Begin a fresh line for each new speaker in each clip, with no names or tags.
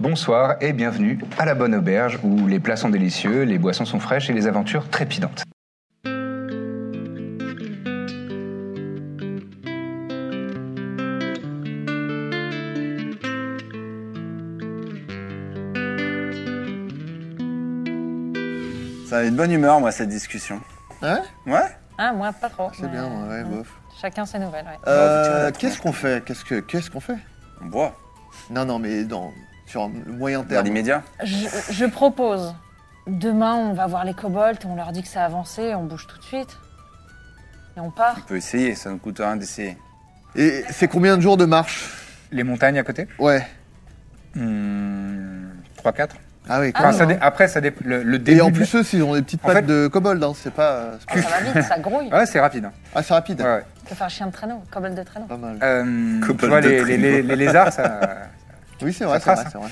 Bonsoir et bienvenue à la Bonne Auberge où les plats sont délicieux, les boissons sont fraîches et les aventures trépidantes.
Ça avait de bonne humeur, moi, cette discussion.
Ouais
Ouais
Ah, moi, pas trop.
C'est
mais-
bien, moi, ouais, bof.
Chacun ses nouvelles, ouais.
Euh, qu'est-ce qu'on fait Qu'est-ce que- qu'est-ce qu'on fait
On boit,
Non, non, mais dans, sur un moyen
dans
terme.
l'immédiat.
Je, je propose. Demain, on va voir les kobolds, on leur dit que ça a avancé, et on bouge tout de suite. Et on part.
On peut essayer, ça ne coûte rien d'essayer.
Et c'est combien de jours de marche
Les montagnes à côté
Ouais.
3-4
Ah oui, quand
Enfin,
même.
ça dé- Après, ça dé- le, le début.
Et en
de-
plus, eux, ils ont des petites
En
pattes
fait-
de kobold, hein, c'est pas, euh, c'est
Ah, ça va vite, ça grouille.
Ouais, c'est rapide. hein.
pas- assez rapide.
Ouais, ouais.
Que faire un chien de traîneau, kobold de traîneau.
Pas mal.
Euh,
Couple
tu vois,
de
les,
tri.
les- les- les lézards, ça.
Oui, c'est vrai,
ça
c'est vrai,
trace, hein.
c'est vrai.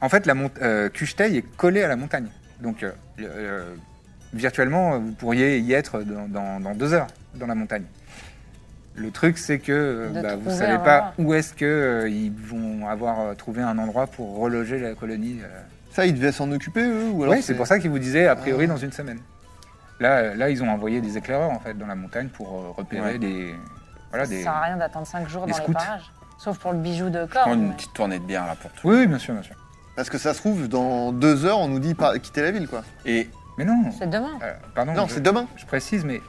En fait, la mont- euh, Cucheteil est collée à la montagne. Donc, euh, le- euh, virtuellement, euh, vous pourriez y être dans, dans- dans deux heures, dans la montagne. Le truc, c'est que euh, bah,
De
vous ne
trouver
savez
un
pas
endroit.
où est-ce qu'ils vont avoir euh, trouvé un endroit pour reloger la colonie. euh.
Ça, ils devaient s'en occuper, eux ou alors Ah.
Oui, c'est pour ça qu'ils vous disaient, a priori, dans une semaine. Là, euh, là, ils ont envoyé des éclaireurs, en fait, dans la montagne pour euh, repérer
Ouais.
des... Voilà,
Ça
Ah, des...
sert à rien d'attendre 5 jours
des
dans
scouts.
les parages. Sauf pour le bijou de
Prends
corps.
une petite tournée de bière là pour tout.
Oui, oui, bien sûr, bien sûr.
Parce que ça se trouve, dans deux heures, on nous dit pas quitter la ville, quoi.
Et
Mais non,
C'est demain.
euh, pardon.
Non,
je-
c'est demain.
Je précise, mais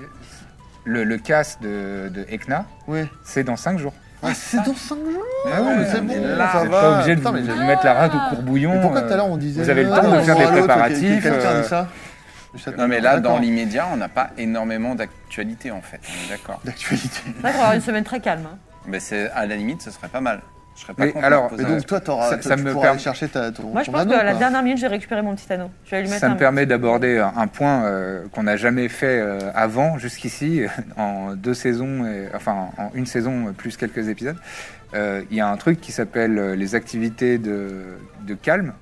le, le casse de, de Ekna,
Oui.
c'est dans 5 jours.
Ah, c'est dans cinq jours.
Ah
ouais,
oui,
c'est
mais
bon,
là,
ça
vous êtes
va.
pas obligé de
Putain,
vous,
mais j'ai-
vous mettre la rate au courbouillon.
Mais pourquoi
euh,
tout à l'heure on disait
Vous avez le
euh,
temps
on
de faire
voit
des
l'autre, ok,
préparatifs.
Quelqu'un
euh,
dit ça Du château.
non mais là, dans
D'accord.
l'immédiat, on n'a pas énormément d'actualité en fait. On est D'accord.
d'actualité.
C'est vrai qu'on va avoir une semaine très calme. hein.
Mais c'est à la limite, ce serait pas mal. Je serais pas
Mais
contre
alors,
de poser
Mais
un-
donc toi, t'auras,
Ça-
toi,
ça
tu
me
pourras
permet-
aller chercher ta, ton
Moi, je
ton
pense
anneau,
que à la
quoi.
dernière minute, j'ai récupéré mon petit anneau. Je vais lui mettre
Ça
un
me permet d'aborder un un point euh, qu'on n'a jamais fait euh, avant jusqu'ici, en deux saisons, et- enfin en une saison euh, plus quelques épisodes. Euh, Il y a un truc qui s'appelle euh, les activités de, de calme.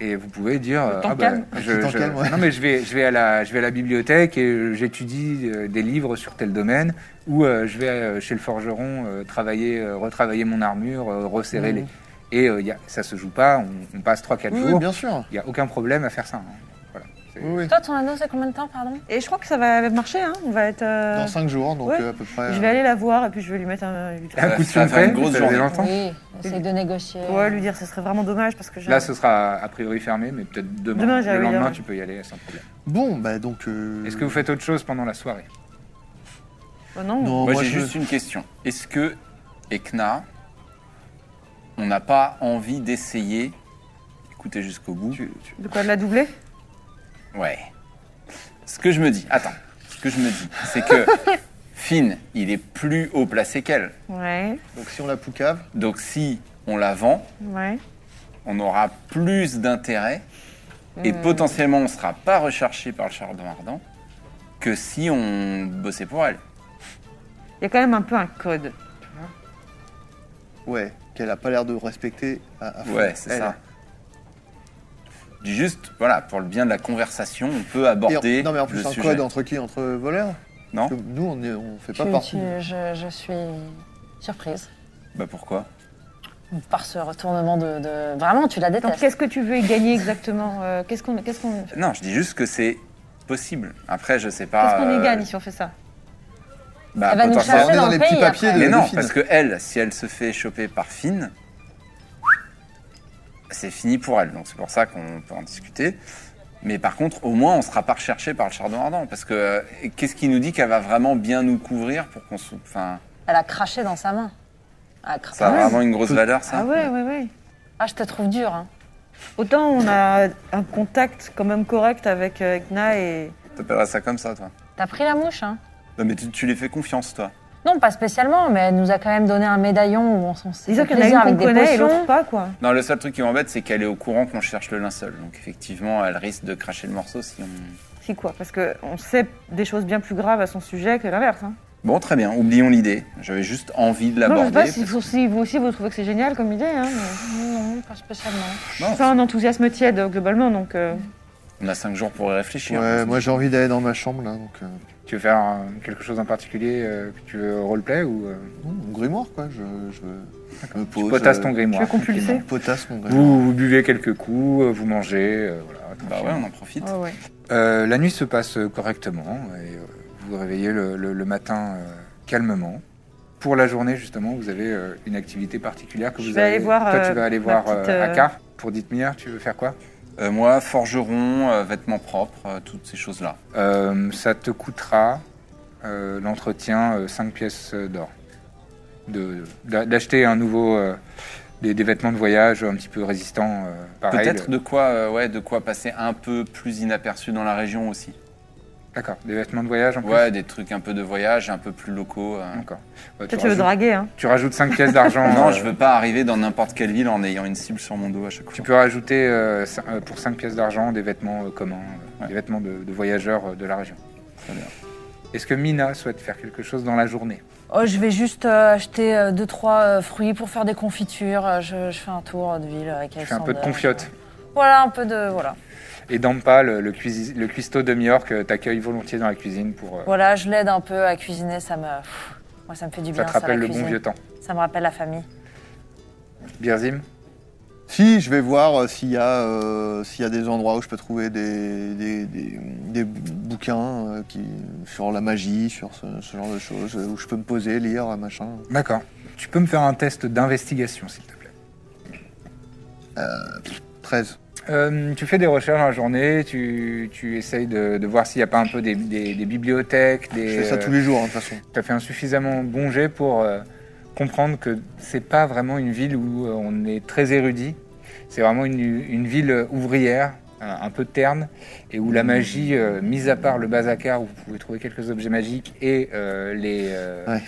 Et vous pouvez dire, euh,
temps calme.
Un
je,
petit temps
je-
calme, ouais.
non mais je vais, je vais à la, je vais à la bibliothèque et euh, j'étudie euh, des livres sur tel domaine, ou euh, je vais euh, chez le forgeron euh, travailler, euh, retravailler mon armure, euh, resserrer
Mhm.
les. Et euh, il y a- ça se joue pas, on, on passe 3-4
Oui, oui,
jours.
bien sûr.
Il n'y a aucun problème à faire ça. hein. Voilà. C'est-
Oui, oui.
Toi, ton anneau, c'est combien de temps, pardon
Et je crois que ça va marcher. hein. On va être. euh,
Dans 5 jours, donc
ouais.
euh, à peu près.
Je vais aller la voir et puis je vais lui mettre un. lui-
Un coup de
Ça va
fil
faire
près,
une grosse
ça
journée.
fait longtemps.
Oui, essaye de négocier.
Ouais, lui dire, ce serait vraiment dommage parce que j'ai.
Là, ce sera a priori fermé, mais peut-être demain.
Demain,
le
j'allais dire,
lendemain,
ouais.
tu peux y aller sans problème.
Mmh.
Bon, bah donc. euh,
Est-ce que vous faites autre chose pendant la soirée
Oh, non.
Non,
Moi,
moi
j'ai
je.
juste une question. Est-ce que Ekna, on n'a pas envie d'essayer Écoutez jusqu'au bout.
De quoi de la doubler
Ouais. Ce que je me dis, attends, ce que je me dis, c'est que Finn, il est plus haut placé qu'elle.
Ouais.
Donc si on la poucave.
Donc si on la vend,
Ouais.
on aura plus d'intérêt et
Hmm.
potentiellement on ne sera pas recherché par le chardon ardent que si on bossait pour elle.
Il y a quand même un peu un code.
Ouais, qu'elle a pas l'air de respecter. à- à fond.
Ouais, c'est
Elle.
ça. Je dis Juste, voilà, pour le bien de la conversation, on peut
Et en-
aborder
non, mais en plus,
le
un
sujet.
code hein. entre qui Entre voleurs
Non.
Parce que Nous, on, est, on fait
Tu-
pas partie.
tu- je, je suis surprise
Bah pourquoi
par ce retournement de. de- Vraiment, tu la
Donc,
détestes.
qu'est-ce que tu veux y gagner exactement Euh, Qu'est-ce qu'on. Qu'est-ce qu'on. Qu'est-ce
Non, je dis juste que c'est possible. Après, je sais pas.
qu'on y
euh,
gagne si on fait ça
bah,
Elle va nous
potentiellement-
on
chercher
est
dans
dans
le
les petits
pays,
papiers
Ah,
après.
Mais
de
non,
Delphine.
parce que elle, si elle se fait choper par Finn, c'est fini pour elle. Donc c'est pour ça qu'on peut en discuter. Mais par contre, au moins, on sera pas recherché par le chardon ardent. Parce que euh, qu'est-ce qui nous dit qu'elle va vraiment bien nous couvrir pour qu'on se. Enfin,
Elle a craché dans sa main. Elle a cra-
ça a vraiment une grosse valeur, ça
Ah ouais, ouais, ouais.
Ah, je te trouve dur. Hein.
Autant on a un contact quand même correct avec euh, Gna et.
T'appellerais ça comme ça, toi
T'as pris la mouche, hein
Non, mais tu, tu les fais confiance, toi.
Non, pas spécialement, mais elle nous a quand même donné un médaillon où on s'en sait.
Disons qu'il y en a une qu'on connaît et l'autre pas, quoi.
Non, le seul truc qui m'embête, c'est qu'elle est au courant qu'on cherche le linceul. Donc effectivement, elle risque de cracher le morceau si on.
Si quoi Parce qu'on sait des choses bien plus graves à son sujet que l'inverse. Hein.
Bon, très bien, oublions l'idée. J'avais juste envie de
Non, je
l'aborder.
sais pas
parce-
si vous, si vous aussi vous trouvez que c'est génial comme idée. Hein, mais...
Non, pas spécialement.
Non,
Enfin, un enthousiasme tiède euh, globalement, donc. euh,
on a cinq jours pour y réfléchir.
Ouais, moi j'ai envie d'aller dans ma chambre là, donc. euh,
Tu veux faire un- quelque chose en particulier euh, que tu veux roleplay ou euh,
non, mon grimoire quoi, je, je me- je me pose.
tu potasses
euh,
ton grimoire
tu veux compulser
tranquillement.
Potasse mon grimoire.
vous, vous buvez quelques coups, euh, vous mangez, euh, voilà.
Bah
tranquille.
ouais, on en profite.
ouais, ouais.
Euh, la nuit se passe euh, correctement et euh, vous vous réveillez le, le- le matin euh, calmement. Pour la journée, justement, vous avez euh, une activité particulière que
Je
vous
vais
avez.
aller voir,
Toi, tu
euh,
vas aller
ma
voir euh,
petite, euh,
Akar pour Dithmir. Tu veux faire quoi
Euh, moi, forgeron, euh, vêtements propres, euh, toutes ces choses-là.
Euh, Ça te coûtera euh, l'entretien 5 pièces euh, d'or. De- d'a- D'acheter un nouveau. euh, des, des vêtements de voyage un petit peu résistants. euh, pareil,
Peut-être
le-
de quoi, euh, ouais, de quoi passer un peu plus inaperçu dans la région aussi.
D'accord, des vêtements de voyage en plus
Ouais, des trucs un peu de voyage, un peu plus locaux. euh.
D'accord. Euh, tu,
Peut-être tu veux
rajoutes,
draguer, hein.
tu rajoutes 5 pièces d'argent.
Non,
euh,
je veux pas arriver dans n'importe quelle ville en ayant une cible sur mon dos à chaque fois.
Tu peux rajouter euh, cin- euh, pour 5 pièces d'argent des vêtements euh, communs, euh,
Ouais.
des vêtements de, de voyageurs euh, de la région.
Très bien.
Est-ce que Mina souhaite faire quelque chose dans la journée
Oh, je vais juste euh, acheter euh, deux trois euh, fruits pour faire des confitures. Euh, Je, je fais un tour de ville avec
Je fais un peu de
Alexander.
confiote.
Voilà, un peu de voilà.
Et Dampa, le, le, cuisi- le cuistot de York t'accueille volontiers dans la cuisine pour... euh,
Voilà, je l'aide un peu à cuisiner. Ça me, pff, moi, ça me fait du
ça
bien.
te
ça,
rappelle
la
le bon
cuisine.
vieux temps.
Ça me rappelle la famille.
Birzim
Si, je vais voir euh, s'il y, a, euh, s'il y a des endroits où je peux trouver des, des, des- des bouquins euh, qui, sur la magie, sur ce, ce genre de choses, euh, où je peux me poser, lire, euh, machin.
D'accord. Tu peux me faire un test d'investigation, s'il te plaît.
13.
Euh, tu fais des recherches dans la journée, tu, tu essayes de, de voir s'il n'y a pas un peu des, des- des bibliothèques, des...
je fais ça
euh,
tous les jours, hein, de toute façon.
Tu as fait un suffisamment bon jet pour euh, comprendre que c'est pas vraiment une ville où euh, on est très érudit. C'est vraiment une, une ville euh, ouvrière, euh, un, un peu terne, et où la magie, euh, mise à part le bazakar où vous pouvez trouver quelques objets magiques et euh, les, euh,
Ouais.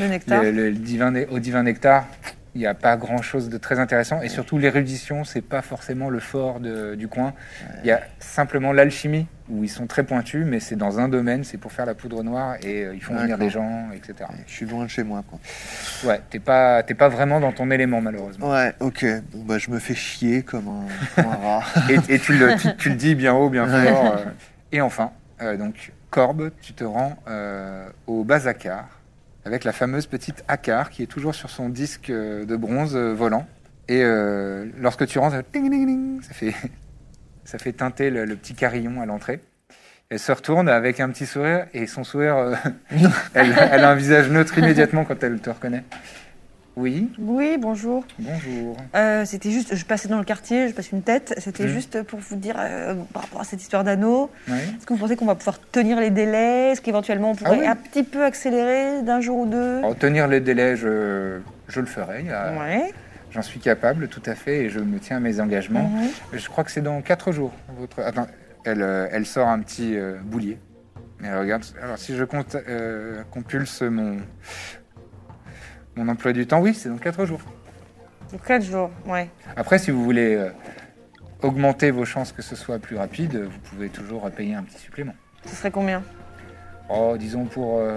Le nectar.
le- le divin ne- au divin nectar, il n'y a pas grand chose de très intéressant. Et surtout, l'érudition, c'est pas forcément le fort de- du coin. Il y a simplement l'alchimie, où ils sont très pointus, mais c'est dans un domaine, c'est pour faire la poudre noire, et euh, ils font venir
D'accord.
des gens, etc.
Je suis loin de chez moi, quoi.
Ouais, t'es pas, t'es pas vraiment dans ton élément, malheureusement.
Ouais, ok. Bon, bah, je me fais chier comme un, comme un rat.
Et, et tu, le, tu, tu le dis bien haut, bien fort. euh. Et enfin, euh, donc, Corbe, tu te rends euh, au Bazakar, avec la fameuse petite Akar, qui est toujours sur son disque euh, de bronze euh, volant. Et euh, lorsque tu rentres, ça fait, ting, ting, ting, ça fait, ça fait teinter le, le petit carillon à l'entrée. Elle se retourne avec un petit sourire, et son sourire, euh, elle, elle a un visage neutre immédiatement quand elle te reconnaît. Oui,
Oui, bonjour.
bonjour.
Euh, c'était juste, je passais dans le quartier, je passe une tête. C'était
Mhm.
juste pour vous dire euh, par rapport à cette histoire d'anneau.
Oui.
Est-ce que vous pensez qu'on va pouvoir tenir les délais Est-ce qu'éventuellement on pourrait
Ah oui.
un petit peu accélérer d'un jour ou deux
Alors, tenir les délais, je, je le ferai. il y a-
Ouais.
J'en suis capable, tout à fait, et je me tiens à mes engagements.
Mhm.
Je crois que c'est dans 4 jours. Votre... Attends, elle, euh, elle sort un petit euh, boulier. Et elle regarde. Alors, si je compte, euh, compulse mon, mon emploi du temps, oui, c'est dans 4 jours.
Pour Mmh. quatre jours, ouais.
Après, si vous voulez euh, augmenter vos chances que ce soit plus rapide, vous pouvez toujours euh, payer un petit supplément.
Ce serait combien
Oh, disons pour, euh,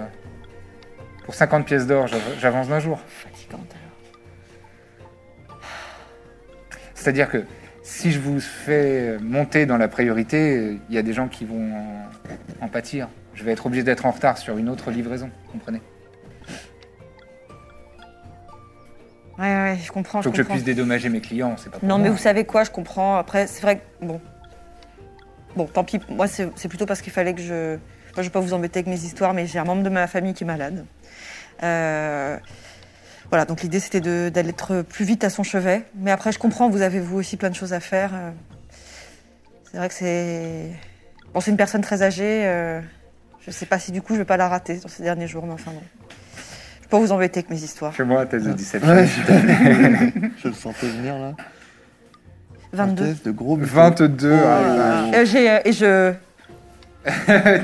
pour 50 pièces d'or, j'av- j'avance d'un jour.
Fatigante alors.
C'est-à-dire que si je vous fais monter dans la priorité, euh, il y a des gens qui vont en, en pâtir. Je vais être obligé d'être en retard sur une autre livraison, comprenez
Ouais, ouais, je comprends.
Faut que je
comprends.
puisse dédommager mes clients, c'est pas pour
Non, mais
moi.
vous savez quoi, je comprends. Après, c'est vrai que. Bon. Bon, tant pis. Moi, c'est c'est plutôt parce qu'il fallait que je. Moi, je vais pas vous embêter avec mes histoires, mais j'ai un membre de ma famille qui est malade. Euh, Voilà, donc l'idée c'était de- d'aller être plus vite à son chevet. Mais après, je comprends, vous avez vous aussi plein de choses à faire. euh. C'est vrai que c'est. Bon, c'est une personne très âgée. euh, Je sais pas si du coup je vais pas la rater dans ces derniers jours, mais enfin bon. Je vais pas vous embêter avec mes histoires.
Fais-moi un test de 17.
Ouais, je... je le sentais venir, là.
22.
Espèce De gros mytho.
22,
Oh là là.
Euh, j'ai, euh, et je.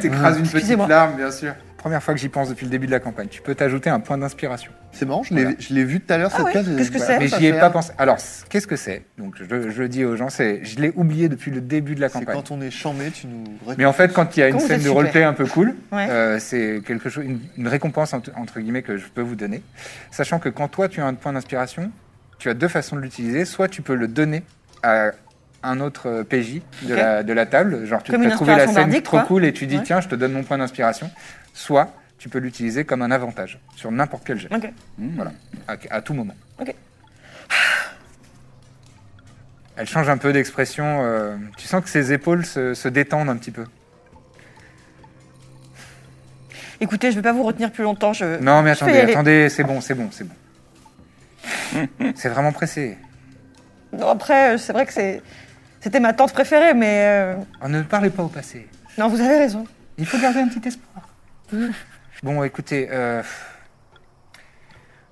t'écrases une petite
Excusez-moi.
larme, bien sûr. première fois que j'y pense depuis le début de la campagne. Tu peux t'ajouter un point d'inspiration.
C'est marrant, je l'ai
Voilà.
je l'ai vu tout à l'heure
Ah
cette
ouais,
case.
qu'est-ce que
voilà,
c'est
Mais
ça
j'y ai
fait
pas
un-
pensé. Alors, c- qu'est-ce que c'est Donc, je, je le dis aux gens, c'est, je l'ai oublié depuis le début de la
C'est
campagne.
quand on est chambé, tu nous.
Mais en fait, quand il y a une
Quand vous
scène
êtes
de
super.
roleplay un peu cool,
Ouais.
euh, c'est quelque chose, une, une récompense entre, entre guillemets que je peux vous donner, sachant que quand toi tu as un point d'inspiration, tu as deux façons de l'utiliser. Soit tu peux le donner à un autre euh, PJ de,
Ok.
la, de la table, genre tu
Comme
as
une
trouvé la
inspiration
scène
bardique,
trop
quoi.
cool et tu dis
Ouais.
tiens, je te donne mon point d'inspiration. Soit tu peux l'utiliser comme un avantage sur n'importe quel jet,
Ok.
voilà, à, à tout moment.
Ok.
Elle change un peu d'expression. euh, tu sens que ses épaules se- se détendent un petit peu.
Écoutez, je vais pas vous retenir plus longtemps. Je...
Non, mais
je vais
attendez,
y aller.
attendez, c'est bon, c'est bon, c'est bon. c'est vraiment pressé.
Non, après, euh, c'est vrai que c'est... c'était ma tante préférée, mais. euh,
Oh, ne parlez pas au passé.
Non, vous avez raison.
Il faut garder un petit espoir. bon, écoutez, euh,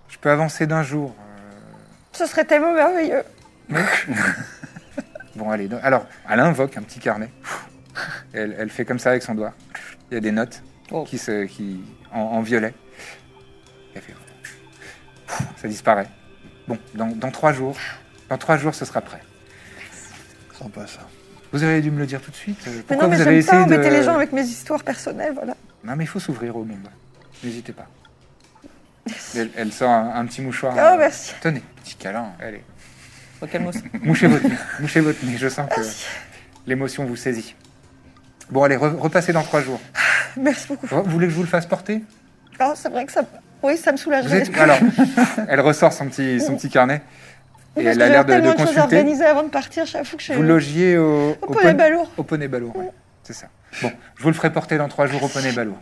je peux avancer d'un jour.
Ce serait tellement merveilleux.
Bon, allez. donc- Alors, elle invoque un petit carnet. Elle, elle fait comme ça avec son doigt. Il y a des notes
Oh.
qui se, qui, en, en violet. Elle fait- Ça disparaît. Bon, dans, dans trois jours, dans trois jours, ce sera prêt.
Sympa ça.
Vous auriez dû me le dire tout de suite. euh,
Mais
Pourquoi
non, mais
vous avez
j'aime
essayé
pas
de...
embêter les gens avec mes histoires personnelles, voilà.
Non, mais il faut s'ouvrir au monde. N'hésitez pas. Elle, elle sort un, un petit mouchoir.
Oh,
euh,
merci.
Tenez,
Petit câlin. hein.
allez.
Faut calmos.
Mouchez votre nez. Mouchez votre nez. Je sens que l'émotion vous saisit. Bon, allez, re- repassez dans trois jours.
Merci beaucoup.
Vous voulez que je vous le fasse porter
Oh, c'est vrai que ça. Oui, ça me soulagerait.
Vous êtes- Alors, elle ressort son petit, son petit carnet. Et elle
Parce que
a
j'avais
l'air de, de
tellement choses à
consulter.
organiser avant de partir, j'avoue que je.
Vous logiez au,
Au Poney
Pon-
Balourd.
Au Poney Balourd, ouais. C'est ça. Bon, je vous le ferai porter dans trois jours au Poney Balourd.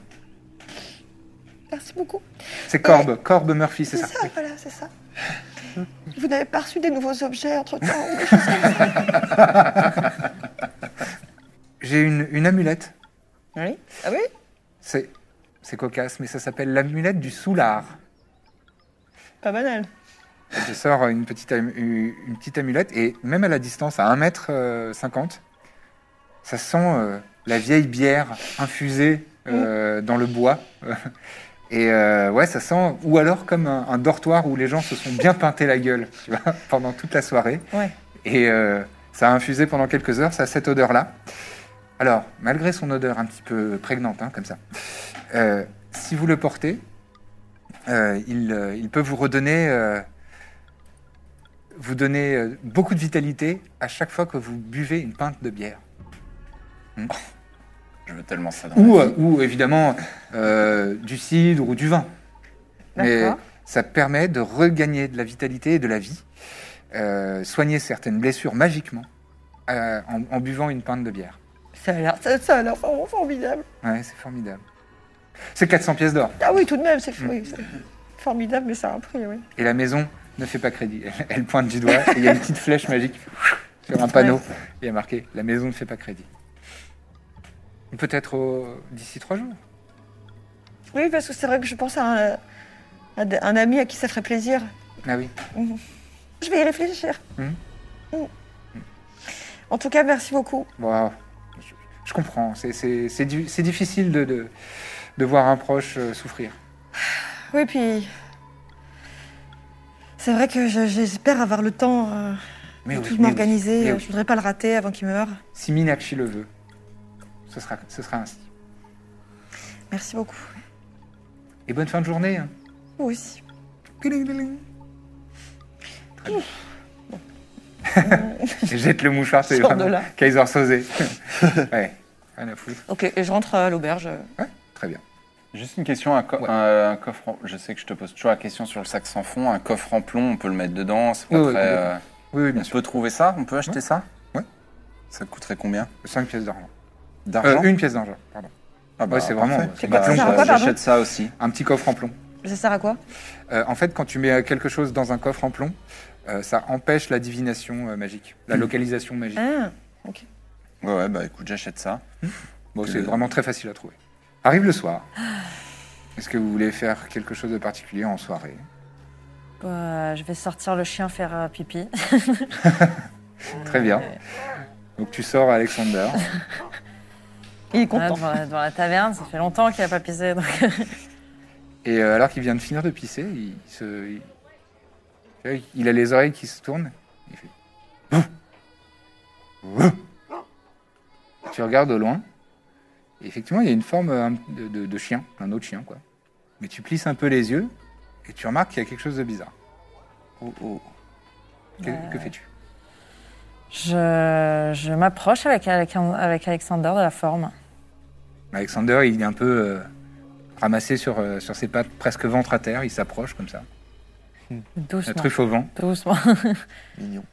Merci beaucoup.
C'est Corbe, Corbe Murphy, c'est
C'est
ça.
ça, voilà, c'est ça. Vous n'avez pas reçu des nouveaux objets entre temps
J'ai une, une amulette.
Oui. Ah oui
C'est, c'est cocasse, mais ça s'appelle l'amulette du soulard.
Pas banal.
Elle te sort une petite, am- une une petite amulette, et même à la distance, à 1m50, ça sent euh, la vieille bière infusée euh, dans le bois. Et euh, ouais, ça sent, ou alors comme un, un dortoir où les gens se sont bien peintés la gueule, tu vois, pendant toute la soirée.
Ouais.
Et euh, ça a infusé pendant quelques heures, ça a cette odeur-là. Alors, malgré son odeur un petit peu prégnante, hein, comme ça, euh, si vous le portez, euh, il, euh, il peut vous redonner, euh, vous donner euh, beaucoup de vitalité à chaque fois que vous buvez une pinte de bière.
Je veux tellement ça dans
Ou,
ma vie.
euh, ou évidemment euh, du cidre ou du vin. Mais
D'accord.
ça permet de regagner de la vitalité et de la vie, euh, soigner certaines blessures magiquement euh, en, en buvant une pinte de bière.
Ça a l'air ça, ça a l'air vraiment formidable.
Ouais, c'est formidable. C'est 400 pièces d'or.
Ah oui, tout de même, c'est oui, c'est formidable, mais ça a un prix, oui.
Et la maison ne fait pas crédit. Elle, elle pointe du doigt et il y a une petite flèche magique sur un panneau. Il y a marqué La maison ne fait pas crédit. Peut-être au- d'ici trois jours.
Oui, parce que c'est vrai que je pense à un, à d- un ami à qui ça ferait plaisir.
Ah oui.
Je vais y réfléchir.
Mhm.
Mm. En tout cas, merci beaucoup.
Bon, je, je comprends. C'est- C'est c'est du- c'est difficile de, de- de voir un proche euh, souffrir.
Oui, puis. C'est vrai que je- j'espère avoir le temps euh,
Mais
de
oui,
tout
mais oui,
m'organiser. euh,
mais
Je
oui.
voudrais pas le rater avant qu'il meure.
Si Minachi le veut, ce sera, ce sera ainsi.
Merci beaucoup.
Et bonne fin de journée. hein.
Vous aussi.
Et Jette le mouchoir, c'est
Sors de
vraiment
là.
Kaiser Sosé. ouais, rien à foutre.
Ok, et je rentre à l'auberge.
Ouais, très bien.
Juste une question, un, co-
Ouais.
un- un coffre en- Je sais que je te pose toujours la question sur le sac sans fond. Un coffre en plomb, on peut le mettre dedans. C'est pas
Oui, oui,
très,
complètement.
euh,
Oui, oui, bien
on
sûr.
peut trouver ça On peut acheter
Ouais.
ça
Ouais.
Ça coûterait combien
5 pièces d'argent.
D'argent
Euh, une pièce d'argent, pardon.
Ah bah,
ouais, c'est vraiment.
parfait.
c'est
quoi,
Bah,
ça
plomb,
sert à
je-
quoi, pardon
J'achète ça aussi.
Un petit coffre en plomb.
Ça sert à quoi
Euh, en fait, quand tu mets quelque chose dans un coffre en plomb, euh, ça empêche la divination euh, magique,
Hmm.
la localisation magique.
Ah, ok.
Ouais, ouais, bah écoute, j'achète ça.
Bon,
Que
c'est
le-
vraiment très facile à trouver. Arrive le soir. Est-ce que vous voulez faire quelque chose de particulier en soirée
Euh, je vais sortir le chien faire euh, pipi.
Très bien. Donc tu sors Alexander.
Il est
Voilà,
content.
devant, la, devant la taverne, ça fait longtemps qu'il a pas pissé. Donc...
Et euh, alors qu'il vient de finir de pisser, il, se, il, tu vois, il a les oreilles qui se tournent. Il fait. tu regardes au loin. et effectivement, il y a une forme euh, un- de, de- de chien, un autre chien, quoi. Mais tu plisses un peu les yeux et tu remarques qu'il y a quelque chose de bizarre.
Oh, oh.
Que, que fais-tu
Je, je m'approche avec, avec, avec Alexander de la forme.
Alexander, il est un peu euh, ramassé sur, euh, sur ses pattes, presque ventre à terre. Il s'approche comme ça, la
Doucement.
truffe au vent.
Doucement.
Mignon.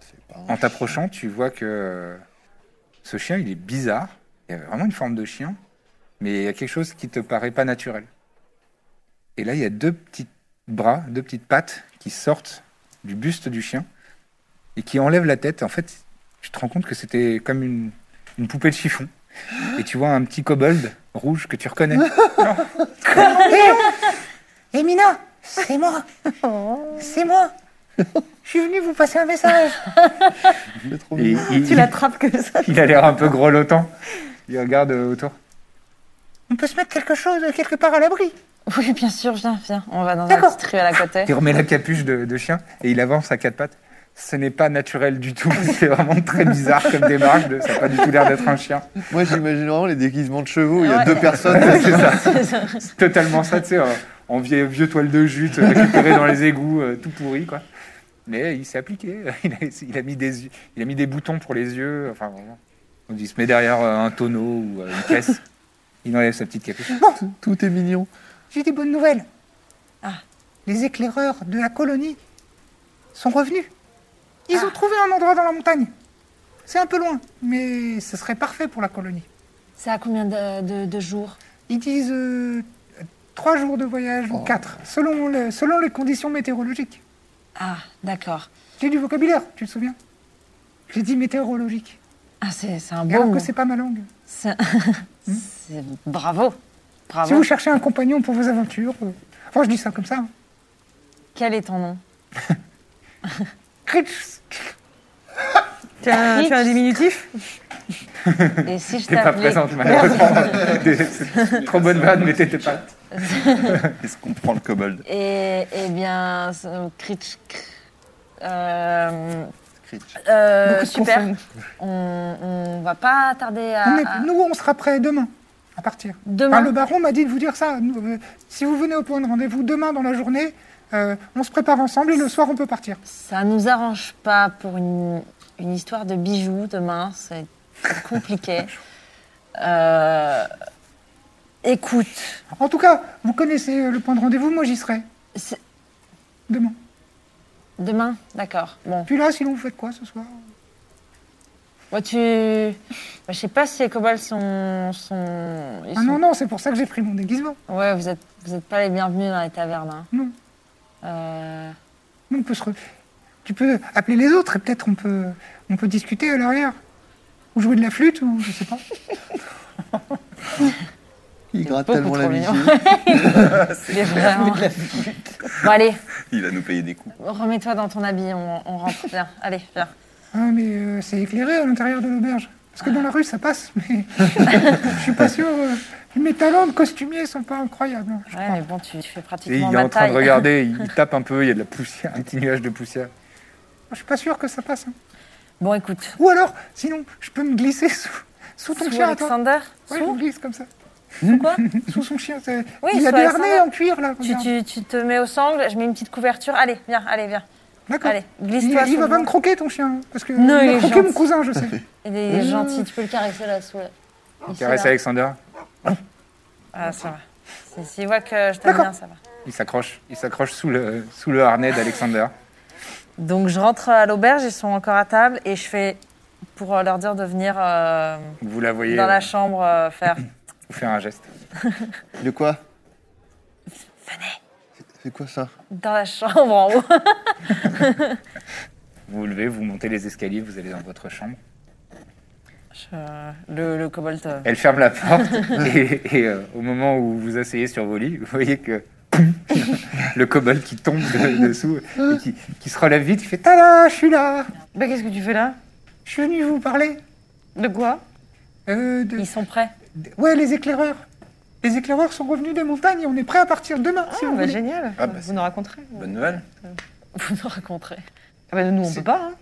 C'est pas un
En t'approchant, tu vois que euh, ce chien, il est bizarre. Il y a vraiment une forme de chien, mais il y a quelque chose qui te paraît pas naturel. Et là, il y a deux petits bras, deux petites pattes qui sortent du buste du chien et qui enlèvent la tête. En fait, tu te rends compte que c'était comme une, une poupée de chiffon. Et tu vois un petit kobold rouge que tu reconnais.
Emina, Eh, c'est moi. C'est moi. Je suis venu vous passer un message.
peu trop
Et
mignon.
il,
Tu l'attrapes comme ça.
il a l'air un peu grelottant. Il regarde euh, autour.
On peut se mettre quelque chose, euh, quelque part à l'abri.
Oui, bien sûr, viens, viens. On va dans un
D'accord.
petit truelle à côté.
Il remet la capuche de, de chien et il avance à quatre pattes. Ce n'est pas naturel du tout. C'est vraiment très bizarre comme démarche. de- ça n'a pas du tout l'air d'être un chien.
Moi, j'imagine vraiment les déguisements de chevaux. Il y a
Ouais.
deux personnes.
C'est totalement ça, tu sais, en- en vieux, vieux toile de jute euh, récupérée dans les égouts, euh, tout pourri, quoi. Mais il s'est appliqué. Il a, il a mis des, yeux- il a mis des boutons pour les yeux. Enfin, vraiment. Donc, il se met derrière euh, un tonneau ou euh, une caisse. Il enlève sa petite capuche.
Tout est mignon.
J'ai des bonnes nouvelles.
Ah.
Les éclaireurs de la colonie sont revenus. Ils
Ah.
ont trouvé un endroit dans la montagne. C'est un peu loin, mais ce serait parfait pour la colonie.
C'est à combien de, de- de jours
Ils disent euh, trois jours de voyage
Oh.
ou quatre, selon, le- selon les conditions météorologiques.
Ah, d'accord.
J'ai du vocabulaire, tu te souviens J'ai dit météorologique.
Ah, c'est c'est un
Et
beau
alors
mot.
que c'est Hmm pas ma langue.
C'est- c'est- Bravo. Bravo.
Ah
Si vous cherchez un compagnon pour vos aventures, euh, enfin je dis ça comme ça, hein.
Quel est ton nom
Critch,
Tu as, tu as un diminutif
Et si je
T'es pas
t'appelais-
présente, malheureusement. C'est Trop bonne vanne, mais t'étais pas.
Est-ce qu'on prend le kobold
Et, eh bien, ce- critch, cr- euh,
Critch.
euh,
Beaucoup de
super.
consonnes.
On, on va pas tarder à,
On est-
à-
nous on sera prêts demain à partir.
Ah, demain.
Enfin, le baron m'a dit de vous dire ça. Nous, euh, si vous venez au point de rendez-vous demain dans la journée, euh, on se prépare ensemble et le soir on peut partir.
Ça nous arrange pas pour une, une histoire de bijoux demain. C'est compliqué. Euh, écoute,
En tout cas, vous connaissez euh, le point de rendez-vous, moi j'y serai
c'est-
demain.
demain, d'accord. Bon,
Puis là, sinon vous faites quoi ce soir
moi tu, moi, je sais pas si les kobolds sont, sont, ils
Ah
sont-
non, non, c'est pour ça que j'ai pris mon déguisement.
Ouais, vous êtes, vous êtes pas les bienvenus dans les tavernes. hein.
Non.
Euh,
Nous, on peut se re- Tu peux appeler les autres et peut-être on peut... on peut discuter à l'arrière. Ou jouer de la flûte, ou je sais pas.
Il gratte
beaucoup
tellement la
trop mignon.
musique.
il est vraiment- Bon, allez,
Il va nous payer des coups.
remets-toi dans ton habit, on, on rentre. Viens, allez, viens.
Ah, mais euh, c'est éclairé à l'intérieur de l'auberge. Parce que dans la rue, ça passe, mais je suis pas sûr. euh, Mes talents de costumier sont pas incroyables. hein, je
Ouais,
crois.
mais bon, tu, tu
Et il
fais
est
pratiquement ma
en train
taille.
de regarder. Il tape un peu. Il y a de la poussière, un petit nuage de poussière.
Je suis pas sûr que ça passe. hein.
Bon, écoute.
Ou alors, sinon, je peux me glisser sous, sous ton
Sous
chien à toi.
Alexander
Ouais, je
Sous
me glisse comme ça.
Sous quoi
Sous son chien. c'est-
Oui,
Il a
sous
des
Alexander.
harnais en cuir, là.
tu,
regarde.
tu- tu te mets au sangle, je mets une petite couverture. Allez, viens, allez, viens.
D'accord.
Allez,
Il,
glisse-toi
il
sous
va
le
pas me
ventre.
croquer, ton chien. hein, Parce que
Non,
il
il
a
est
croqué mon
gentil.
cousin, je sais.
Il est gentil, tu peux le caresser là, sous le... Il se
Caresse
lève.
Alexander.
Ah, ça va. Si- S'il voit que je t'aime
D'accord.
bien, ça va.
Il s'accroche. Il s'accroche sous le, sous le harnais d'Alexander.
Donc, je rentre à l'auberge, ils sont encore à table, et je fais... Pour leur dire de venir euh,
Vous la voyez
dans
euh,
la chambre euh, faire...
vous faire un geste.
De quoi Venez. C'est quoi ça
Dans la chambre en haut.
Vous vous levez, vous montez les escaliers, vous allez dans votre chambre.
Je- euh, Le, le cobalt. euh,
Elle ferme la porte et, et, euh, au moment où vous asseyez sur vos lits, vous voyez que poum, le kobold qui tombe de- dessous et qui, qui se relève vite, qui fait
Ah là, je suis là.
Bah, qu'est-ce que tu fais là
Je suis venu vous parler.
De quoi
Euh, de-
Ils sont prêts.
de- ouais, les éclaireurs. Les éclaireurs sont revenus des montagnes et on est prêt à partir demain, si
Ah,
vous
bah,
voulez.
génial.
Ah, bah,
vous
c'est-
nous raconterez.
Bonne nouvelle.
Vous nous raconterez.
Ah, bah, nous, on peut pas. Hein.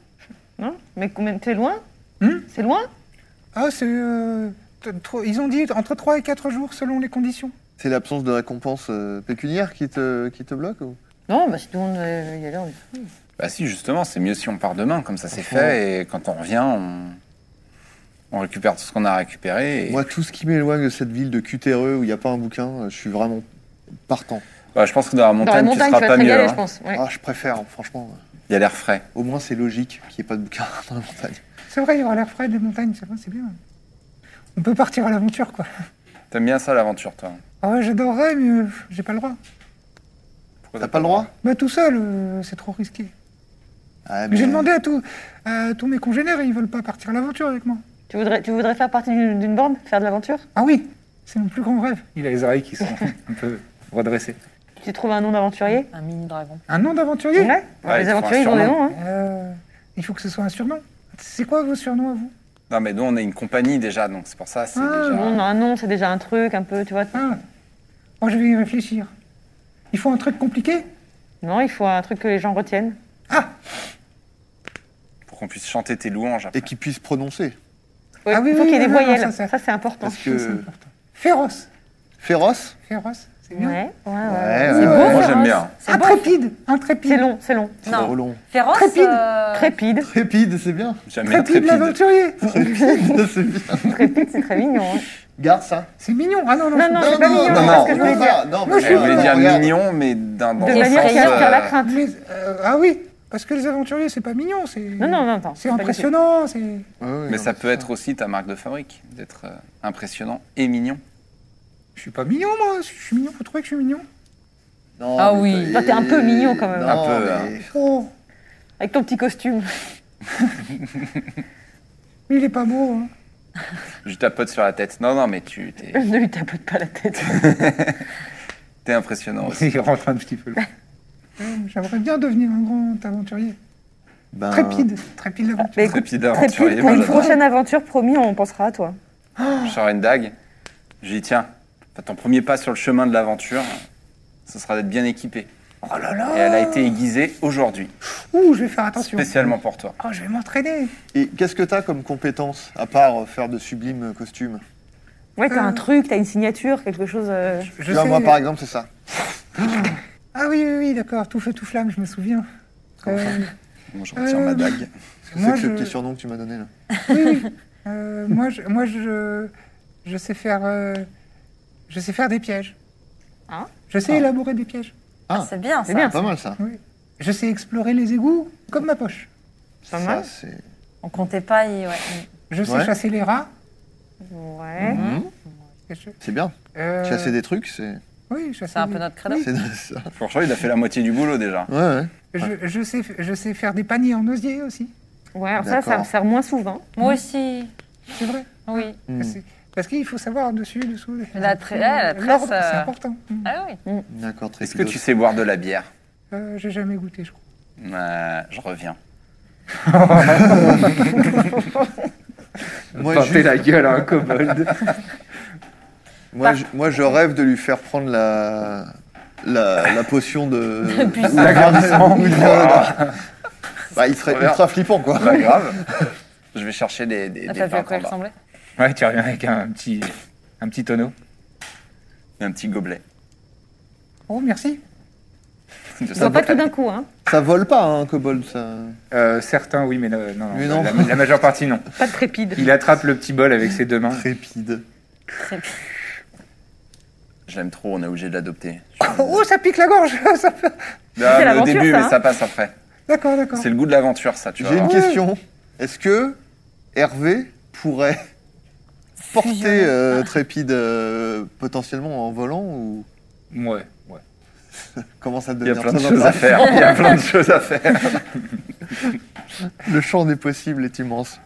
Non Mais combien C'est loin
Hmm
C'est loin
Ah, c'est. euh, t- trop- ils ont dit entre 3 et 4 jours selon les conditions.
C'est l'absence de récompense euh, pécuniaire qui te, qui te bloque ou
Non, bah, si tout le monde veut y aller, on y va.
Bah si, justement, c'est mieux si on part demain, comme ça c'est fait, et quand on revient, on, on récupère tout ce qu'on a récupéré. Et...
Moi, tout ce qui m'éloigne de cette ville de cutéreux où il n'y a pas un bouquin, euh, je suis vraiment partant.
Bah, je pense que dans la
Dans la
montagne,
montagne,
tu
tu
seras
vas
pas
te
mieux.
régaler, je
hein.
pense. ouais.
Ah, je préfère, franchement. euh,
Il y a l'air frais.
Au moins, c'est logique qu'il n'y ait pas de bouquin dans la montagne.
C'est vrai, il y aura l'air frais des montagnes, c'est vrai, c'est bien. On peut partir à l'aventure, quoi.
T'aimes bien ça, l'aventure, toi
Ah ouais, j'adorerais, mais euh, j'ai pas le droit.
Pourquoi
T'as pas le droit
Bah, tout seul, euh, c'est trop risqué.
Ah,
Mais
mais-
J'ai demandé à tout- à tous mes congénères et ils veulent pas partir à l'aventure avec moi.
Tu, voudrais, tu voudrais faire partie d'une d'une bande Faire de l'aventure
Ah oui, c'est mon plus grand rêve.
Il a les oreilles qui sont un peu redressées.
Tu trouves un nom d'aventurier
Un mini dragon.
Un nom d'aventurier
Ouais.
Ouais, il
Les
faut un
aventuriers, ils ont des
surnom.
noms. Hein.
Euh, Il faut que ce soit un surnom. C'est quoi vos surnoms à vous
Non, mais nous, on est une compagnie déjà, donc c'est pour ça, c'est
Ah,
déjà.
Nous, on a un nom, c'est déjà un truc, un peu, tu vois.
Ah, moi je vais y réfléchir. Il faut un truc compliqué
Non, il faut un truc que les gens retiennent.
Pour qu'on puisse chanter tes louanges. après.
Et qu'ils puissent prononcer.
Ouais,
Ah oui,
il faut
oui,
qu'il y ait des
non, non,
voyelles.
ça,
ça,
ça-
c'est important.
Parce que
Féroce.
féroce,
Féroce, c'est
Ouais,
bien.
ouais, ouais.
Ouais,
Euh, C'est
ouais,
beau,
ouais.
Moi,
Florence.
j'aime bien.
C'est beau.
Intrépide,
C'est
intrépide.
long, c'est long.
c'est
Non.
trop long.
Féroce.
Trépide.
euh,
Trépide.
Trépide, c'est bien.
J'aime bien
Intrépide
Trépide.
l'aventurier.
Trépide, c'est bien.
Trépide, c'est très mignon. hein.
Garde ça.
C'est mignon. Ah non, non,
Non,
je-
non, c'est pas mignon,
non,
parce
non,
que je voulais
non,
dire.
non,
Moi,
mais
je
Elle voulait
regarde,
dire
regarde.
mignon, mais d'un dans
De
un
manière
sens,
qui inspire la
euh,
crainte.
Mais, euh, ah oui, parce que les aventuriers, c'est pas mignon, c'est.
Non, non, non, non.
C'est
pas du
impressionnant, c'est.
Ouais, ouais,
Mais
non,
ça
c'est
peut être aussi ta marque de fabrique, d'être euh, impressionnant et mignon.
Je suis pas mignon, moi. Je suis mignon. Vous trouvez que je suis mignon
Non,
Ah
mais
oui.
t'as-
Toi, t'es un peu mignon, quand même.
Non,
Un peu,
mais-
Oh,
tout. Avec ton petit costume.
mais il est pas beau. hein.
Je tapote sur la tête. Non, non, mais tu t'es
ne lui tapote pas la tête.
t'es impressionnant aussi.
Il rentre un petit peu loin.
Euh, J'aimerais bien devenir un grand aventurier.
Ben,
Trépide, trépide l'aventure.
Mais écoute,
Trépide
Trépide,
aventurier,
pour
moi
une
j'adore.
prochaine aventure, promis, on pensera à toi.
Je sors une dague. Je dis tiens, ton premier pas sur le chemin de l'aventure, ce sera d'être bien équipé.
Oh là là Ah,
Et elle a été aiguisée aujourd'hui,
Ouh, je vais faire attention.
spécialement pour toi.
Oh, je vais m'entraîner.
Et qu'est-ce que t'as comme compétence, à part euh, faire de sublimes costumes
Ouais, t'as
Euh.
Mm.
un truc, t'as une signature, quelque chose. euh,
Je
Là,
sais-
moi, par exemple, c'est ça.
Ah oui, oui, oui, d'accord. Tout feu, tout flamme, je me souviens. Euh,
Bon, je retire ma dague.
C'est
Moi,
que
je-
le petit surnom que tu m'as donné, là.
oui, oui. Euh, moi, je, moi, je, je sais faire, euh, je sais faire des pièges.
Hein
Je sais
Ah.
élaborer des pièges.
Ah,
C'est bien ça.
C'est bien.
pas mal, ça.
Oui. Je sais explorer les égouts comme ma poche.
Ça,
mal.
c'est...
On comptait pas. y- ouais.
Je sais
Ouais.
chasser les rats.
Ouais.
Mm.
Je-
c'est bien.
euh,
Chasser des trucs, c'est...
Oui, chasser
C'est un
des-
peu notre credo.
oui.
c'est ça.
Franchement, il a fait la moitié du boulot déjà.
Ouais, ouais.
Je, je sais, je sais faire des paniers en osier aussi.
Ouais, alors ça, ça
D'accord.
me sert moins souvent.
Moi aussi.
C'est vrai.
Oui.
Hmm.
C'est- Parce qu'il faut savoir dessus, dessous.
La tre- ouais, la tresse,
L'ordre, c'est
euh,
important. Mm.
Ah oui.
D'accord, très
Est-ce que tu sais boire de la bière
Euh, J'ai jamais goûté, je crois.
Euh, Je reviens.
Moi,
Pinter
juste-
la gueule à un kobold.
Moi, je, moi, je rêve de lui faire prendre la, la, la potion de.
puissance.
L'agrandissement. bah, il serait ultra flippant, quoi.
Pas grave. Je vais chercher des, des,
Ah,
des
T'as vu
pintes
à quoi
en
il
bas.
ressemblait
Ouais, tu reviens avec un petit, un petit tonneau.
Un petit gobelet.
Oh, merci.
De
Tu
ça.
vois pas tout d'un coup, hein.
Ça vole pas, hein, Kobold. Ça...
Euh, certains, oui, mais euh, non, non,
Mais non.
La, la majeure partie, non.
Pas de trépide.
Il attrape le petit bol avec ses deux mains.
Trépide.
Je l'aime trop, on est obligé de l'adopter.
Oh, ça pique la gorge. ça fait-
Ah, mais au
l'aventure,
début,
ça,
mais
hein.
ça passe après.
D'accord, d'accord.
C'est le goût de l'aventure, ça, tu vois.
J'ai une question. Est-ce que Hervé pourrait porter euh, Trépide euh, potentiellement en volant ou
Ouais, ouais.
comment ça
Il y
devient
a plein de
très
choses à faire. Il y a plein de choses à faire.
Le champ des possibles est immense.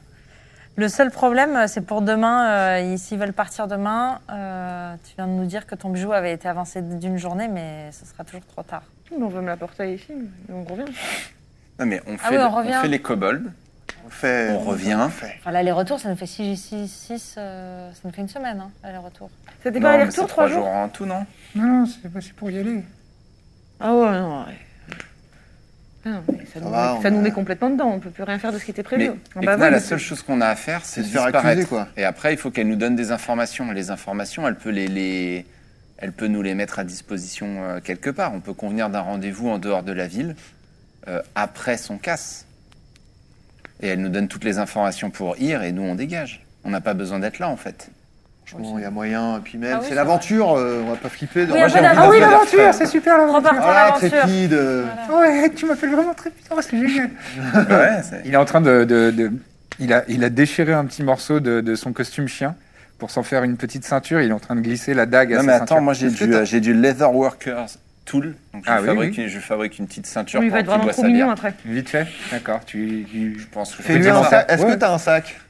Le seul problème, euh, c'est pour demain. euh, ils- S'ils veulent partir demain, euh, tu viens de nous dire que ton bijou avait été avancé d'une journée, mais ce sera toujours trop tard.
On veut me l'apporter ici, on revient.
Non, mais on fait,
Ah oui, on
le- on
revient.
fait les kobolds, on
fait.
On revient.
fait.
Enfin, l'aller-retour, ça nous fait 6, 6, 6 ça nous fait une semaine, hein, l'aller-retour.
C'était
Non,
pas
mais
aller-retour,
c'est
trois
trois
jours,
jours en tout, non
Non, non, c'est c'est pour y aller.
Ah ouais, non, ouais. Ah non, mais ça, nous,
va,
met- ça
on
nous
a-
met complètement dedans, on peut plus rien faire de ce qui était prévu.
Mais
Ah
et
bah
que là,
ouais,
la
mais
seule chose qu'on a à faire, c'est de
se faire
disparaître.
accuser, quoi.
Et après, il faut qu'elle nous donne des informations. Les informations, elle peut les, les- elle peut nous les mettre à disposition euh, quelque part. On peut convenir d'un rendez-vous en dehors de la ville euh, après son casse. Et elle nous donne toutes les informations pour ir et nous on dégage. On n'a pas besoin d'être là en fait.
Franchement, il y a moyen. Et puis même,
Ah oui,
c'est
c'est
l'aventure, euh, on va pas flipper.
Oui, un peu
j'ai envie
d'aventure.
d'un
Ah oui,
peu
l'aventure,
d'affaires.
c'est super l'aventure.
Repartons
Voilà,
l'aventure.
trépide. euh,
Ouais, tu m'appelles vraiment très vite. Oh, c'est génial.
ouais, c'est-
Il est en train de. de- de- il, a, il a déchiré un petit morceau de, de son costume chien pour s'en faire une petite ceinture. Il est en train de glisser la dague à
Non
sa
mais attends,
ceinture.
moi j'ai
Est-ce que
du,
t'as-
euh, j'ai du leather workers tool. Donc je,
Ah
lui
oui,
fabrique,
oui.
Une, je lui fabrique une petite ceinture
Il
pour
va être
qu'il
vraiment
boit
trop
sa
mignon hein.
bière.
après.
Vite fait D'accord. Tu, tu-
Je pense que je vais
Fais-lui
faire
un
ça.
sac. Est-ce que
Ouais.
t'as un sac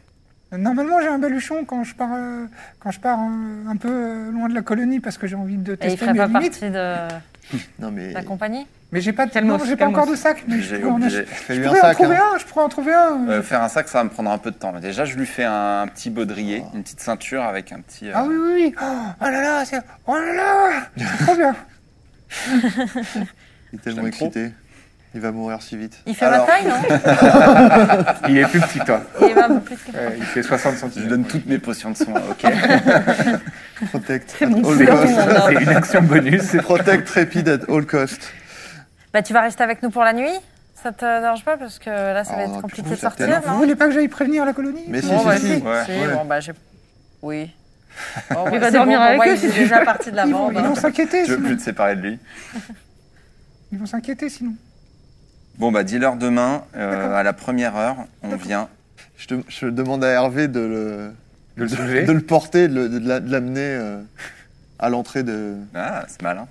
Normalement, j'ai un baluchon quand je pars, euh, quand je pars euh, un peu euh, loin de la colonie parce que j'ai envie de
Et Bah, il
tester
ferait
mes
pas
limites.
partie de
Non, mais.
la compagnie
Mais j'ai pas, de-
Calmos,
non, j'ai pas
calmos.
encore de sac. Mais je
J'ai
pourrais en,
obligé.
ach- je
Fais-lui un
pourrais en
sac.
trouver
hein.
un. Je pourrais en trouver un.
Euh, faire un sac, ça va me prendre un peu de temps. Mais déjà, je lui fais un petit baudrier, une petite ceinture avec un petit. euh,
Ah oui, oui, oui. Oh, oh là là, c'est... Oh là là C'est trop bien.
Il est tellement
J'aime trop.
excité. Il va mourir si vite.
Il fait
Alors-
ma taille, non
Il est plus petit, toi.
Il va plus que...
Ouais, il fait 60
Je
centimes.
lui donne toutes mes potions de soins, ok
Protect.
C'est mon
at all
petit
cost.
garçon, là.
C'est une action bonus.
Protect Trépide at all cost.
Bah, tu vas rester avec nous pour la nuit Ça te dérange pas Parce que là, ça
Ah,
va
Oh,
non,
être compliqué
plus,
de sortir,
certainement.
Vous
non
voulez pas que j'aille prévenir la colonie
Mais si,
Bon, bah,
si, si.
si,
ouais,
si,
ouais.
bon, bah, j'ai... Oui. Bon, bah,
Il va
c'est
dormir
bon,
avec
bon,
eux,
bah,
si
Il est
tu
déjà parti de la hein.
Ils vont,
bande.
ils vont s'inquiéter,
Je veux
sinon.
plus te séparer de lui.
Ils vont s'inquiéter, sinon.
Bon, bah, dis-leur demain, euh, à la première heure, on vient.
Je, te- je demande à Hervé de le,
De le soulever.
de le porter, de le- de la- de l'amener euh, à l'entrée de.
Ah, c'est malin.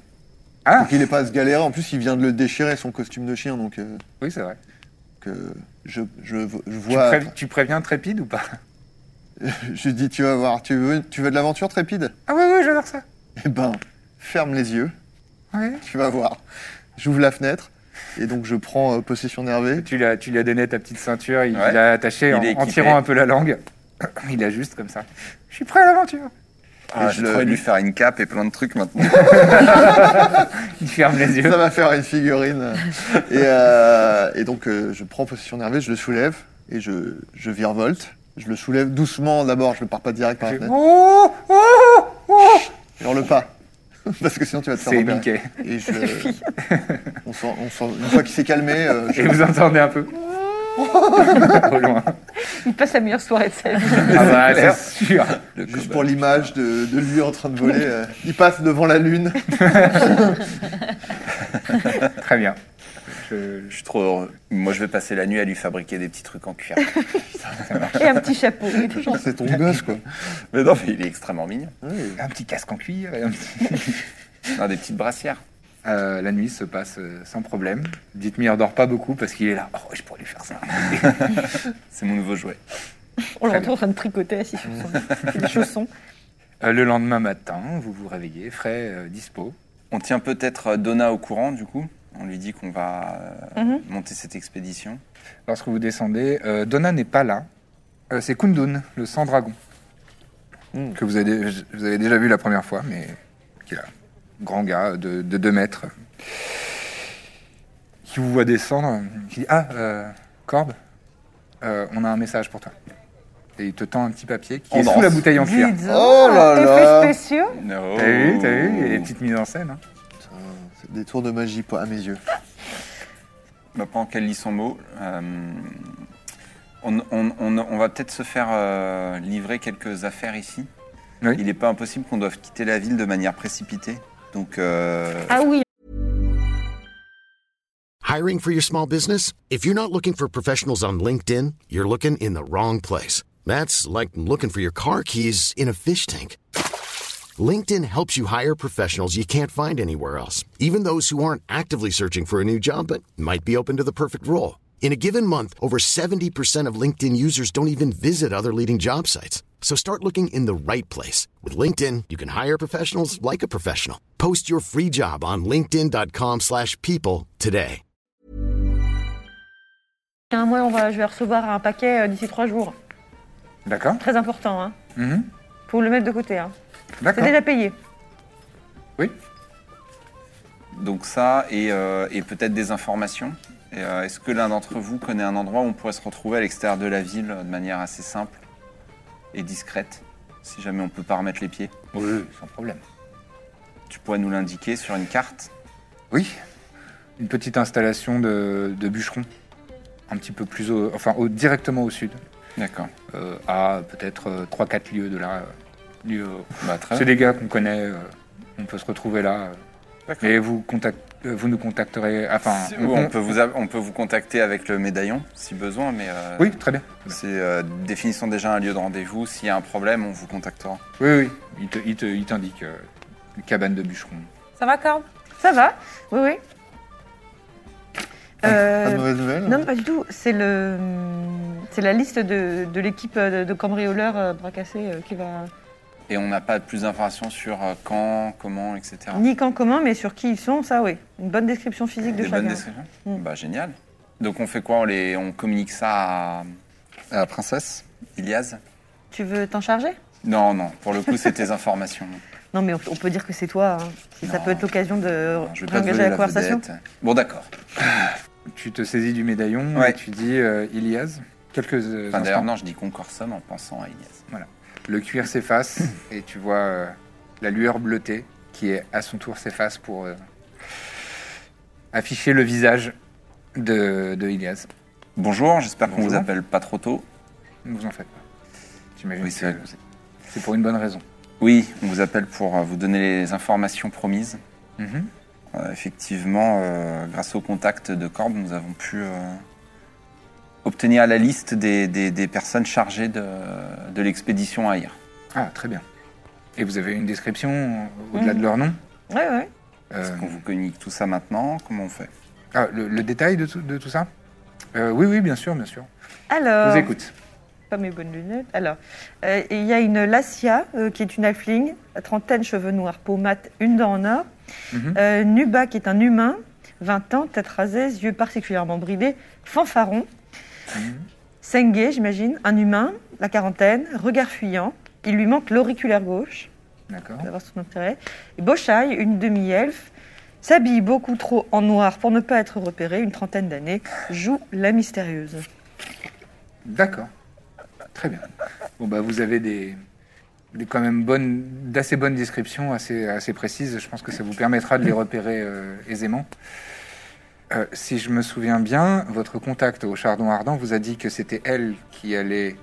Ah
Pour qu'il n'ait pas à se galérer. En plus, il vient de le déchirer, son costume de chien. Donc, euh,
Oui, c'est vrai.
que je, je, je
Tu,
vois.
pré- tu préviens Trépide ou pas
Je lui dis Tu vas voir, tu veux, tu veux de l'aventure Trépide
Ah ouais, ouais, j'adore ça.
Eh ben, ferme les yeux,
Ouais.
tu vas voir. J'ouvre la fenêtre. Et donc, je prends euh, possession d'Hervé.
Tu l'as- tu lui as donné ta petite ceinture, il
Ouais.
l'a attachée
Il
en,
est
en
équipé.
tirant un peu la langue. Il a juste comme ça. Je suis prêt à l'aventure.
Ah,
Et
je
je le-
pourrais lui faire une cape et plein de trucs maintenant.
Il ferme les yeux.
Ça va faire une figurine. et, euh, et donc, euh, je prends position nerveuse, je le soulève et je, je virevolte. Je le soulève doucement d'abord, je ne pars pas direct par la fenêtre.
Oh Oh Oh
Genre le pas. Parce que sinon, tu vas te faire
C'est
repérer.
Mickey.
Et je- on sent, on sent- une fois qu'il s'est calmé, euh, je-
Et vous entendez un peu. Au loin.
Il passe la meilleure soirée de sa vie.
Ah bah, c'est sûr.
Le
juste
cow-boy.
pour l'image de, de lui en train de voler, euh, il passe devant la lune.
Très bien. Je-
Je suis trop heureux. Moi, je vais passer la nuit à lui fabriquer des petits trucs en cuir.
Et un petit chapeau. Il est toujours-
Genre, c'est ton gosse, quoi.
mais non, mais il est extrêmement mignon.
Un petit casque en cuir. et un petit-
Non, des petites brassières.
Euh, la nuit se passe euh, sans problème. Dithmir dort pas beaucoup parce qu'il est là. Oh, je pourrais lui faire ça.
C'est mon nouveau jouet.
On le retrouve en train de tricoter assis sur son il fait des chaussons.
Euh, le lendemain matin, vous vous réveillez, frais, euh, dispo.
On tient peut-être euh, Donna au courant, du coup. On lui dit qu'on va euh,
Mhm.
monter cette expédition.
Lorsque vous descendez, euh, Donna n'est pas là. Euh, c'est Kundun, le sang dragon. Que vous avez, dé- vous avez déjà vu la première fois, mais qui est là. Grand gars de 2 mètres. Qui vous voit descendre, qui dit Ah, euh, Corbe, euh, on a un message pour toi. Et il te tend un petit papier qui
On
est sous
danse.
la bouteille en cuir.
Oh là là
Effets spéciaux
No.
T'as vu, t'as vu, il y
Oh.
a des petites mises en scène. hein.
C'est Des tours de magie, pour- à mes yeux.
Bah, pendant qu'elle lit son mot, euh, on, on- on- on va peut-être se faire euh, livrer quelques affaires ici.
Oui.
Il n'est pas impossible qu'on doive quitter la ville de manière précipitée. Donc, euh,
Ah oui,
Hiring for your small business? If you're not looking for professionals on LinkedIn, you're looking in the wrong place. That's like looking for your car keys in a fish tank. LinkedIn helps you hire professionals you can't find anywhere else, even those who aren't actively searching for a new job but might be open to the perfect role. In a given month, over 70% of LinkedIn users don't even visit other leading job sites. So start looking in the right place. With LinkedIn, you can hire professionals like a professional. Post your free job on linkedin.com/people slash people today.
Hein, moi, on va, je vais recevoir un paquet euh, d'ici trois jours.
D'accord.
Très important. Hein.
Mm-hmm.
Mhm.
Faut le mettre de côté. Hein. C'est
D'accord.
déjà payé.
Oui.
Donc ça, et, euh, et peut-être des informations. Et, euh, Est-ce que l'un d'entre vous connaît un endroit où on pourrait se retrouver à l'extérieur de la ville euh, de manière assez simple et discrète, si jamais on peut pas remettre les pieds
Oui, sans problème.
Tu pourrais nous l'indiquer sur une carte
Oui. Une petite installation de, de bûcherons. Un petit peu plus au. Enfin, au- directement au sud.
D'accord.
euh, à peut-être euh, 3-4 lieues de là. euh, du, euh,
Bah, très
C'est des gars qu'on connaît. euh, on peut se retrouver là. euh,
D'accord.
et vous, contact, euh, vous nous contacterez. Enfin,
Si- ou on, peut vous, a- on peut vous contacter avec le médaillon si besoin, mais euh,
Oui, très bien.
c'est euh, définissons déjà un lieu de rendez-vous. S'il y a un problème, on vous contactera.
Oui, oui. Il te- il te- il t'indique euh, une cabane de bûcheron.
Ça va, Corbe
Ça va Oui, oui.
Pas de
Euh,
mauvaise nouvelle
non, pas du tout. C'est le, c'est la liste de, de l'équipe de, de cambrioleurs euh, bras cassés euh, qui va
Et on n'a pas plus d'informations sur euh, quand, comment, etc.
ni qu'en commun, mais sur qui ils sont, ça, oui. Une bonne description physique de
Des bonnes
chacun.
descriptions
Mm.
Bah génial. Donc on fait quoi on, les, on communique ça à, à la princesse Ilias
Tu veux t'en charger
Non, non. Pour le coup, c'est tes informations.
Non, mais on, on peut dire que c'est toi. hein, si ça
Non.
peut être l'occasion de
Non, je vais pas te
réengager
voler
Euh, la,
la
conversation.
vedette. Bon, d'accord.
Tu te saisis du médaillon
Ouais.
et tu dis euh, Ilias. Quelques euh,
Enfin, d'ailleurs,
instants.
non, je dis concorsum en pensant à Ilias.
Le cuir s'efface et tu vois euh, la lueur bleutée qui est à son tour s'efface pour euh, afficher le visage de, de Ilias.
Bonjour, j'espère qu'on vous
Bonjour.
appelle pas trop tôt.
Ne vous en faites pas. J'imagine
Oui, c'est
que
vrai que vous
c'est pour une bonne raison.
Oui, on vous appelle pour euh, vous donner les informations promises.
Mhm.
Euh, effectivement, euh, grâce au contact de Corbe, nous avons pu euh, obtenir la liste des, des- des personnes chargées de, de l'expédition à IR.
Ah, très bien. Et vous avez une description euh, au-delà de leur nom
Oui, oui.
Euh,
Est-ce qu'on vous communique tout ça maintenant Comment on fait
ah, le, le détail de tout, de tout ça Euh, Oui, oui, bien sûr, bien sûr. Je
Alors.
vous écoute.
Pas mes bonnes lunettes. Alors, euh, il y a une Lassia, euh, qui est une halfling, à trentaine, cheveux noirs, peau mate, une dent en or.
Mhm.
Euh, Nuba, qui est un humain, 20 ans, tête rasée, yeux particulièrement bridés, fanfaron.
Mhm.
Senge, j'imagine, un humain, la quarantaine, regard fuyant. Il lui manque l'auriculaire gauche,
D'accord.
d'avoir son intérêt. Et Boshai, une demi-elfe, s'habille beaucoup trop en noir pour ne pas être repérée, une trentaine d'années, joue la mystérieuse.
D'accord. Très bien. Bon, bah, vous avez des, des quand même bonnes, d'assez bonnes descriptions, assez, assez précises. Je pense que ça vous permettra de les repérer euh, aisément. Euh, si je me souviens bien, votre contact au Chardon Ardent vous a dit que c'était elle qui allait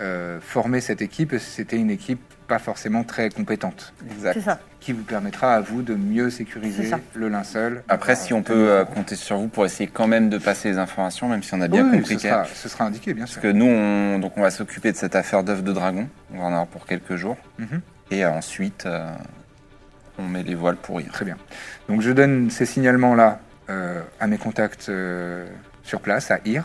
euh, former cette équipe. et C'était une équipe pas forcément très compétente,
Exact.
C'est ça.
qui vous permettra à vous de mieux sécuriser
C'est ça.
le linceul.
Après,
Alors,
si on
de-
peut euh, compter sur vous pour essayer quand même de passer les informations, même si on a bien
Oui, oui,
compris
ce
qu'elle-
sera, ce sera indiqué, bien sûr.
Parce que nous, on, donc on va s'occuper de cette affaire d'œuf de dragon. On va en avoir pour quelques jours.
Mhm.
Et euh, ensuite, euh, on met les voiles pour IR.
Très bien. Donc je donne ces signalements-là euh, à mes contacts euh, sur place, à IR.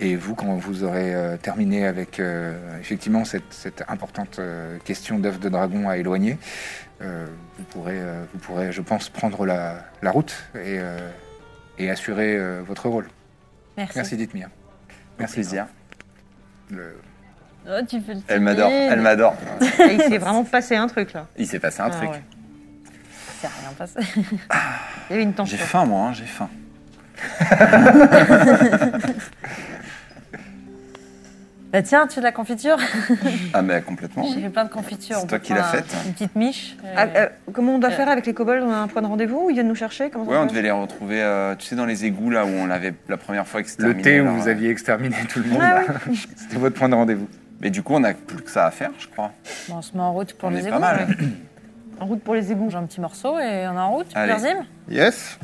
Et vous, quand vous aurez euh, terminé avec euh, effectivement cette, cette importante euh, question d'œuf de dragon à éloigner, euh, vous, pourrez, euh, vous pourrez, je pense, prendre la, la route et, euh, et assurer euh, votre rôle.
Merci.
Merci, Dithmir.
Merci, plaisir.
Le-
Oh, tu fais le
Elle m'adore,
timide.
elle m'adore.
Là, il s'est vraiment passé un truc là.
Il s'est passé un
Ah,
truc. Ah,
ouais. C'est rien passé. Il y avait une
J'ai
tension.
faim, moi, hein, j'ai faim.
Bah tiens, tu as de la confiture
Ah, mais complètement. oui.
J'ai plein de confitures.
C'est
on
toi
peut
qui l'as
prendre un-
faite
Une petite miche. euh,
Ah, euh, comment on doit faire avec les kobolds On a un point de rendez-vous ou ils viennent nous chercher Comment ça
Ouais,
se
on
passe
devait les retrouver, euh, tu sais, dans les égouts, là où on l'avait la première fois
Le
exterminé.
thé où
alors,
vous
euh,
aviez exterminé tout le monde,
Ah
là. c'était votre point de rendez-vous.
Mais du coup, on n'a plus que ça à faire, je crois.
bon, on se met en route pour
on
les
est
égouts.
pas mal.
ouais.
En route pour les
On
égouts.
mange un petit morceau et on est en route.
Allez.
Birzim
Yes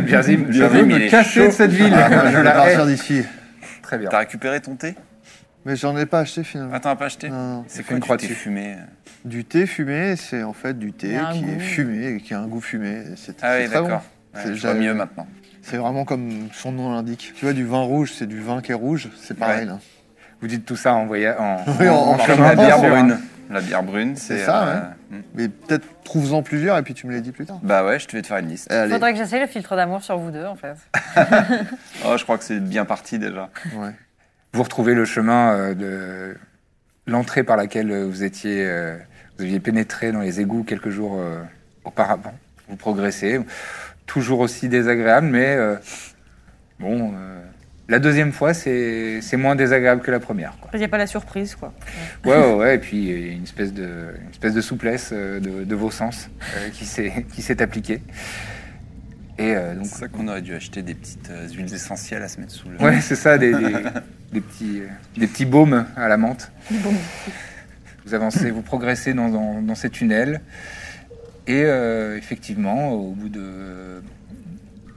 Birzim, je
Birzim,
veux
il
me
est
cacher
chaud.
de cette ville.
Ah, moi, Je
je
vais
la hais.
partir d'ici.
Très bien.
T'as récupéré ton thé
Mais j'en ai pas acheté finalement.
Attends, t'as pas acheté
Non, non.
C'est
Il fait
quoi
une
du
croix
thé
dessus.
fumé
Du thé fumé, c'est en fait du
Il y
thé
a un
qui
goût.
est fumé, et qui a un goût fumé. C'est
Ah
c'est
oui,
très bon.
d'accord. Ouais,
C'est
je vois
déjà-
mieux maintenant.
C'est vraiment comme son nom l'indique. Tu vois, du vin rouge, c'est du vin qui est rouge. C'est pareil.
Vous dites tout ça en voyage, en,
Oui, en- en
chemin,
chemin.
bien sûr.
brune. La bière brune, c'est.
C'est ça,
euh, mm.
Mais peut-être trouve-en plusieurs et puis tu me les dis plus tard.
Bah ouais, je te vais te faire une liste.
Allez.
Faudrait que j'essaye le filtre d'amour sur vous deux, en fait.
Oh, je crois que c'est bien parti déjà.
Ouais.
Vous retrouvez le chemin euh, de l'entrée par laquelle euh, vous étiez, euh, vous aviez pénétré dans les égouts quelques jours euh, auparavant. Vous progressez, toujours aussi désagréable, mais euh, bon, euh, la deuxième fois c'est c'est moins désagréable que la première. Quoi.
Il n'y a pas la surprise, quoi.
Ouais, ouais, ouais, et puis euh, il y a une espèce de, une espèce de souplesse euh, de, de vos sens euh, qui s'est qui s'est appliquée. Et euh, donc
C'est ça qu'on aurait dû acheter des petites euh, huiles essentielles à se mettre sous le.
Ouais, c'est ça, des, des- des petits, euh, des petits baumes à la menthe. Vous avancez, vous progressez dans, dans- dans ces tunnels. Et euh, effectivement, au bout de euh,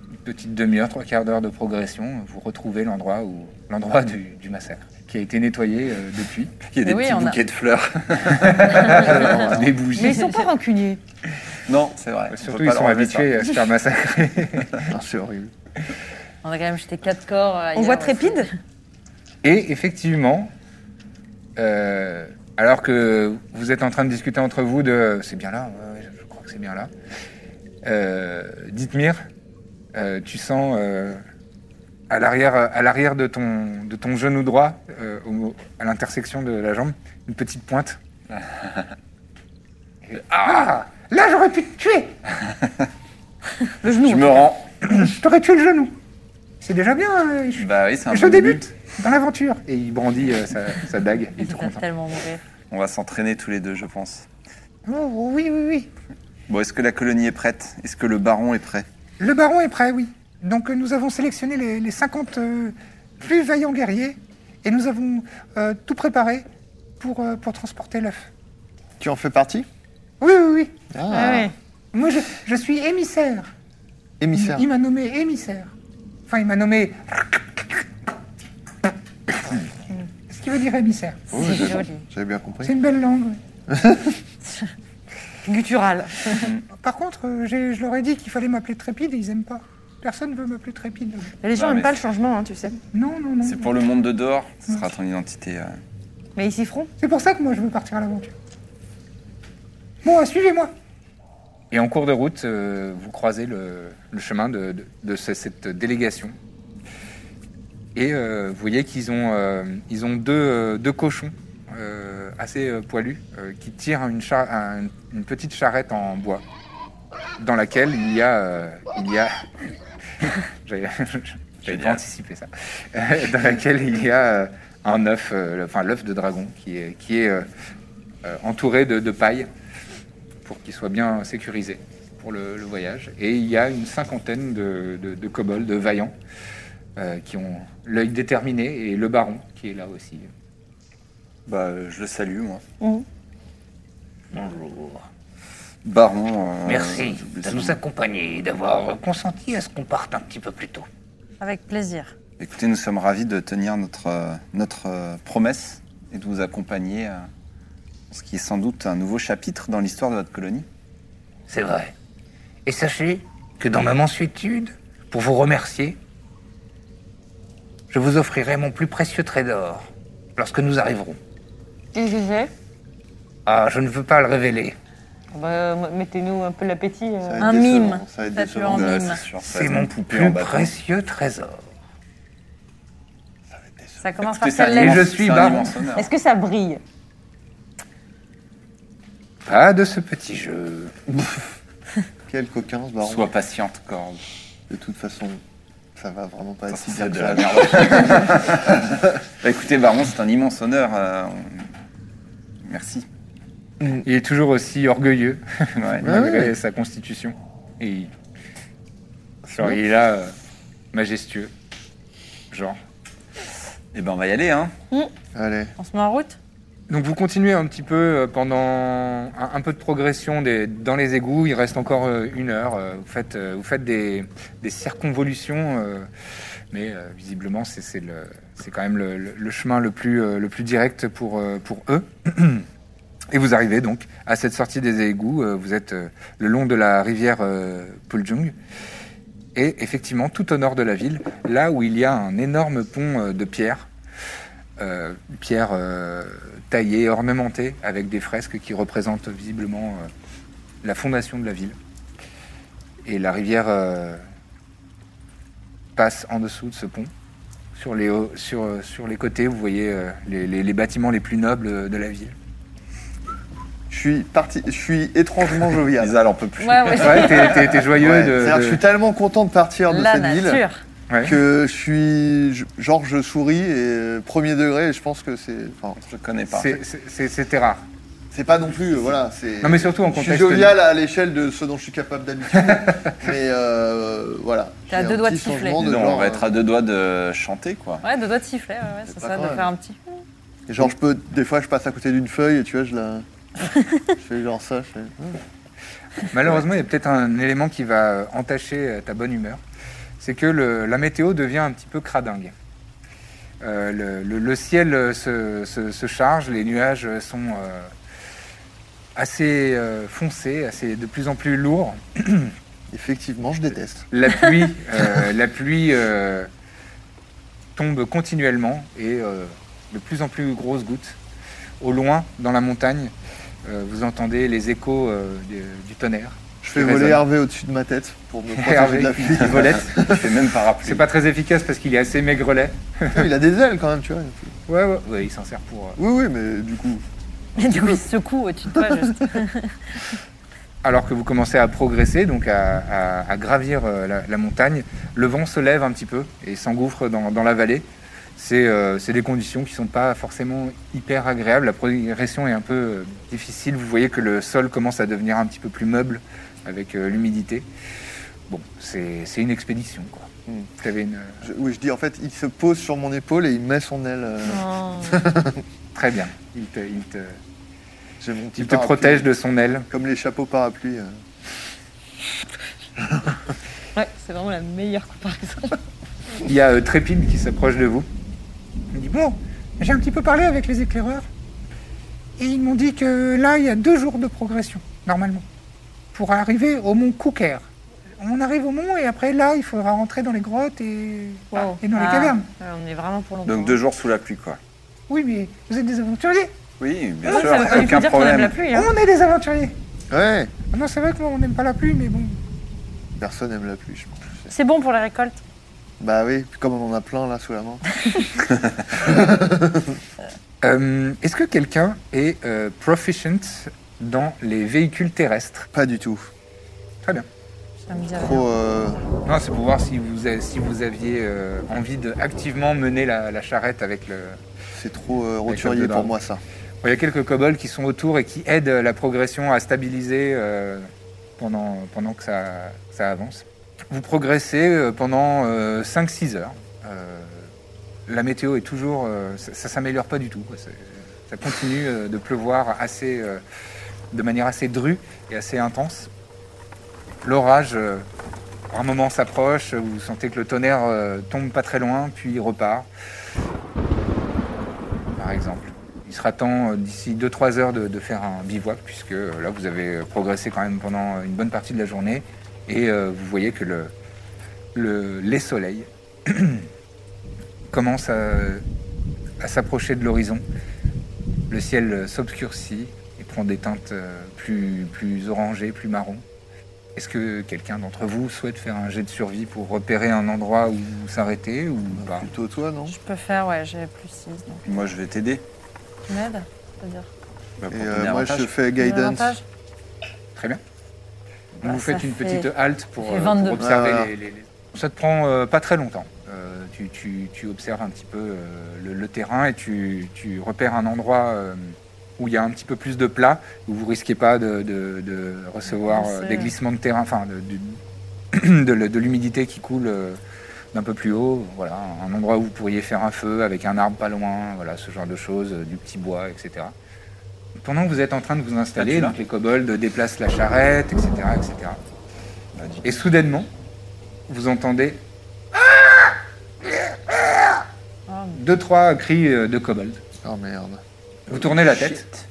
une petite demi-heure, trois quarts d'heure de progression, vous retrouvez l'endroit où l'endroit du, du massacre, qui a été nettoyé euh, depuis.
Il y a des
Mais oui,
petits
on a-
bouquets de fleurs.
Des bougies.
Mais ils sont pas rancuniers.
non, c'est vrai. on peut
Surtout,
pas
ils
leur
sont
enlever ça.
habitués à se faire massacrer.
Ah, c'est horrible.
On a quand même jeté quatre corps. euh,
On
ailleurs
voit
aussi.
Trépide
Et effectivement, euh, alors que vous êtes en train de discuter entre vous de c'est bien là, ouais, ouais, je crois que c'est bien là, euh, Dithmir, euh, tu sens euh, à l'arrière à l'arrière de ton, de ton genou droit, euh, au- à l'intersection de la jambe, une petite pointe. Et- ah
Là, j'aurais pu te tuer.
Le genou.
Je me rends.
Je t'aurais tué le genou. C'est déjà bien. euh, je,
Bah oui, c'est un
je
bon
débute
début.
dans l'aventure.
Et il brandit euh, sa, sa dague, il est
Il
tout
va
content.
tellement mourir.
On va s'entraîner tous les deux, je pense.
Oh, oui, oui, oui.
Bon, est-ce que la colonie est prête Est-ce que le baron est prêt
Le baron est prêt, oui. Donc euh, nous avons sélectionné les, les 50 euh, plus vaillants guerriers et nous avons euh, tout préparé pour, euh, pour transporter l'œuf.
Tu en fais partie
Oui, oui, oui.
Ah,
Moi, je, je suis émissaire.
émissaire.
Il m'a nommé émissaire. Enfin, il m'a nommé... Ce qui veut dire émissaire.
Oh,
C'est
j'ai-
joli.
J'avais bien compris.
C'est une belle langue.
Guttural.
Par contre, euh, j'ai- je leur ai dit qu'il fallait m'appeler Trépide et ils aiment pas. Personne veut m'appeler Trépide.
Les gens
Non, mais
n'aiment pas le changement, hein, tu sais.
Non, non, non.
C'est pour le monde de dehors. Ce sera ton identité. euh.
Mais ils s'y feront.
C'est pour ça que moi, je veux partir à l'aventure. Bon, euh, suivez-moi.
Et en cours de route, euh, vous croisez le, le chemin de, de- de ce- cette délégation. Et euh, vous voyez qu'ils ont, euh, ils ont deux, euh, deux cochons euh, assez euh, poilus euh, qui tirent une, char- un- une petite charrette en bois dans laquelle il y a... euh, il y a... J'avais j'avais pas
Génial.
anticipé ça. Euh, dans laquelle il y a euh, un œuf, euh, le- enfin l'œuf de dragon qui est, qui est euh, euh, entouré de, de paille pour qu'il soit bien sécurisé pour le, le voyage. Et il y a une cinquantaine de, de, de kobolds, de vaillants, euh, qui ont l'œil déterminé, et le baron qui est là aussi.
Bah, euh, je le salue, moi.
Mhm.
Bonjour. Baron. euh, j'oublie son nom.
accompagner et d'avoir consenti à ce qu'on parte un petit peu plus tôt.
Avec plaisir.
Écoutez, nous sommes ravis de tenir notre, euh, notre euh, promesse et de vous accompagner euh, dans ce qui est sans doute un nouveau chapitre dans l'histoire de votre colonie.
C'est vrai. Et sachez que dans ma mansuétude, pour vous remercier, je vous offrirai mon plus précieux trésor lorsque nous arriverons.
Qu'est-ce que c'est
Ah, je ne veux pas le révéler.
Ah bah, Mettez-nous un peu l'appétit. euh.
Ça va être
Un
décevant,
mime.
Ça va être
Ça, tu
décevant.
en-
Ça
mime.
sûr, ça va
C'est
être
mon
une poupée
plus
bâton.
précieux trésor.
va être décevant.
Ça commence
Écoutez,
par
c'est un
celle-là.
Et
immense-
je suis
c'est un
baron.
immense honneur.
que ça brille
Pas de ce petit jeu.
Quel coquin ce baron.
Sois patiente, Corbe.
De toute façon, ça va vraiment pas
Ça,
être
c'est
si
de
bien que
la
ça.
merde. Bah, écoutez, Baron, c'est un immense honneur. euh, on- Merci.
Il est toujours aussi orgueilleux,
Ouais.
malgré sa constitution. Et il- genre, il est là, euh, majestueux. Genre.
Eh ben, on va y aller, hein.
Allez,
On se met en route
Donc vous continuez un petit peu euh, pendant un, un peu de progression des- dans les égouts. Il reste encore euh, une heure. Euh, Vous faites, euh, vous faites des, des circonvolutions, euh, mais euh, visiblement c'est- c'est le- c'est quand même le, le- le chemin le plus, euh, le plus direct pour, euh, pour eux. Et vous arrivez donc à cette sortie des égouts. Euh, Vous êtes euh, le long de la rivière euh, Puljung. Et effectivement, tout au nord de la ville, là où il y a un énorme pont euh, de pierre euh, pierres euh, taillées, ornementées, avec des fresques qui représentent visiblement euh, la fondation de la ville. Et la rivière euh, passe en dessous de ce pont. Sur les, hauts- sur, euh, sur les côtés, vous voyez euh, les, les- les bâtiments les plus nobles euh, de la ville.
Je suis parti, je suis étrangement jovial.
Lisa, elle en peut plus.
Ouais, ouais.
Ouais, t'es- t'es t'es joyeux
Ouais,
de...
c'est-à-dire que
de-
je suis tellement content de partir de
La
cette ville
nature.
ouais.
que je suis je- genre je souris et euh, premier degré. et Je pense que c'est enfin,
Je connais pas.
C'est- c'est- c'est- C'était rare.
c'est pas non plus euh, voilà c'est.
Non mais surtout en
je suis
contexte... euh,
jovial à l'échelle de ce dont je suis capable d'habitude, mais euh, voilà.
T'es à
J'ai
deux
un
doigts
petit
de siffler.
changement
Dis donc,
genre,
on va être
euh,
à deux doigts de chanter, quoi.
Ouais, de doigts de sifflet, ouais, ouais, c'est
pas
ça, de
grave.
faire un petit.
Et Genre, je peux, des fois, je passe à côté d'une feuille et tu vois, je la. je fais genre ça. Je fais... hein,
Malheureusement, il y a peut-être un élément qui va entacher euh, ta bonne humeur. C'est que le- la météo devient un petit peu cradingue. Euh, le, le- le ciel euh, se, se- se charge, les nuages euh, sont euh, assez euh, foncés, assez, de plus en plus lourds.
Effectivement, je déteste.
La pluie, euh, la pluie euh, tombe continuellement et euh, de plus en plus grosses gouttes. Au loin, dans la montagne, euh, vous entendez les échos euh, du- du tonnerre.
Je fais
Tu
voler
raisonnes.
Hervé au-dessus de ma tête pour me protéger
Hervé,
de la pluie.
qui volette.
Je fais même parapluie.
C'est pas très efficace parce qu'il est assez maigrelet.
Il a des ailes quand même, tu vois.
Ouais, ouais. Ouais, il s'en sert pour. euh,
Oui, oui, mais du coup.
Et du coup, il se secoue au-dessus de toi, juste.
Alors que vous commencez à progresser, donc à, à- à gravir euh, la, la montagne, le vent se lève un petit peu et s'engouffre dans, dans la vallée. C'est euh, c'est des conditions qui sont pas forcément hyper agréables. La progression est un peu euh, difficile. Vous voyez que le sol commence à devenir un petit peu plus meuble avec euh, l'humidité. Bon, c'est c'est une expédition, quoi.
Mm.
T'avais une... euh,
je- oui, je dis en fait, il se pose sur mon épaule et il met son aile. euh,
Non.
Très bien. Il te, il te-
J'ai mon petit
il te
parapluie,
protège de son aile.
Comme les chapeaux parapluies. euh.
Ouais, c'est vraiment la meilleure comparaison.
Il y a euh, Trépide qui s'approche de vous. Il dit Bon, j'ai un petit peu parlé avec les éclaireurs. Et ils m'ont dit que là, il y a deux jours de progression, normalement, pour arriver au mont Cooker. On arrive au mont et après, là, il faudra rentrer dans les grottes et,
Wow.
et dans les
Ah,
cavernes.
ouais, on est vraiment pour Ah, longtemps.
Donc deux jours sous la pluie, quoi.
Oui, mais vous êtes des aventuriers.
Oui, bien
Ouais,
sûr,
Ah, ça veut pas du tout
aucun
dire qu'on aime la
problème.
pluie.
Oh.
Hein.
On est des aventuriers.
Ouais,
Ah Non, c'est vrai que moi, on n'aime pas la pluie, mais bon.
personne n'aime la pluie, je pense.
C'est bon pour la récolte.
Bah oui, comme on en a plein là sous la main.
Euh, Est-ce que quelqu'un est euh, proficient dans les véhicules terrestres
Pas du tout.
Très bien.
Ça me dit rien.
Trop. euh,
Non, c'est pour voir si vous, a- si vous aviez euh, envie de activement mener la, la charrette avec le.
C'est trop euh, roturier
dedans.
pour
hein.
moi, ça.
Bon, Il y a quelques kobolds qui sont autour et qui aident la progression à stabiliser euh, pendant, pendant que ça, que ça avance. Vous progressez euh, pendant euh, 5-6 heures. Euh, la météo est toujours. euh, ça ça s'améliore pas du tout. quoi. C'est- Ça continue euh, de pleuvoir assez, euh, de manière assez drue et assez intense. L'orage, euh, un moment, s'approche. Vous sentez que le tonnerre euh, tombe pas très loin, puis il repart. Par exemple. Il sera temps euh, d'ici 2-3 heures de, de faire un bivouac, puisque euh, là vous avez euh, progressé quand même pendant euh, une bonne partie de la journée, et euh, vous voyez que le, le- les soleils commencent à, à s'approcher de l'horizon. Le ciel euh, s'obscurcit et prend des teintes euh, plus, plus orangées, plus marron. Est-ce que quelqu'un d'entre vous souhaite faire un jet de survie pour repérer un endroit où s'arrêter ou
Bah.
pas
Plutôt toi, non
Je peux faire, ouais, j'ai plus 6. Donc.
Moi, je vais t'aider.
Tu m'aides C'est-à-dire
Bah, pour
Et
te
euh,
donner
moi,
avantage.
je fais
j'ai
guidance.
l'avantage
Très bien.
Bah,
vous faites
ça
une
fait-
petite halte pour,
fait
euh,
22.
pour observer
Voilà.
les, les- les- Ça te prend euh, pas très longtemps. Euh, tu, tu- tu observes un petit peu euh, le, le terrain et tu, tu repères un endroit euh, où il y a un petit peu plus de plat, où vous risquez pas de, de- de recevoir euh, des
Glisser, ouais.
glissements de terrain, enfin de, du- de, le- de l'humidité qui coule euh, d'un peu plus haut. Voilà, un endroit où vous pourriez faire un feu avec un arbre pas loin, voilà, ce genre de choses, euh, du petit bois, etc. Pendant que vous êtes en train de vous
Ah,
installer,
tu l'as
donc les kobolds déplacent la charrette, etc. etc. Et soudainement, vous entendez deux, trois cris euh, de kobolds.
Oh merde.
Vous tournez la tête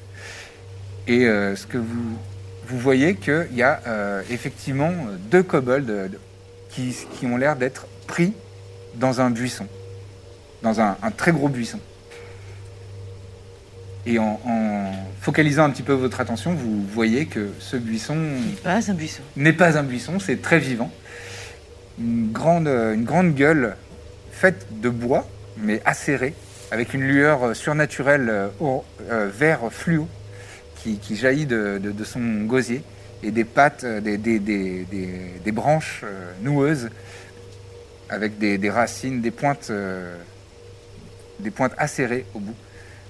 et euh, ce que vous, vous voyez qu'il y a euh, effectivement euh, deux kobolds euh, qui, qui ont l'air d'être pris dans un buisson, dans un, un très gros buisson. Et en, en focalisant un petit peu votre attention, vous voyez que ce buisson
Ah, c'est un buisson.
n'est pas un buisson, c'est très vivant. Une grande, euh, une grande gueule faite de bois, mais acérée, avec une lueur euh, surnaturelle euh, or- euh, vert fluo qui, qui jaillit de, de- de son gosier et des pattes, euh, des, des- des- des- des branches euh, noueuses avec des, des racines, des pointes, euh, des pointes acérées au bout.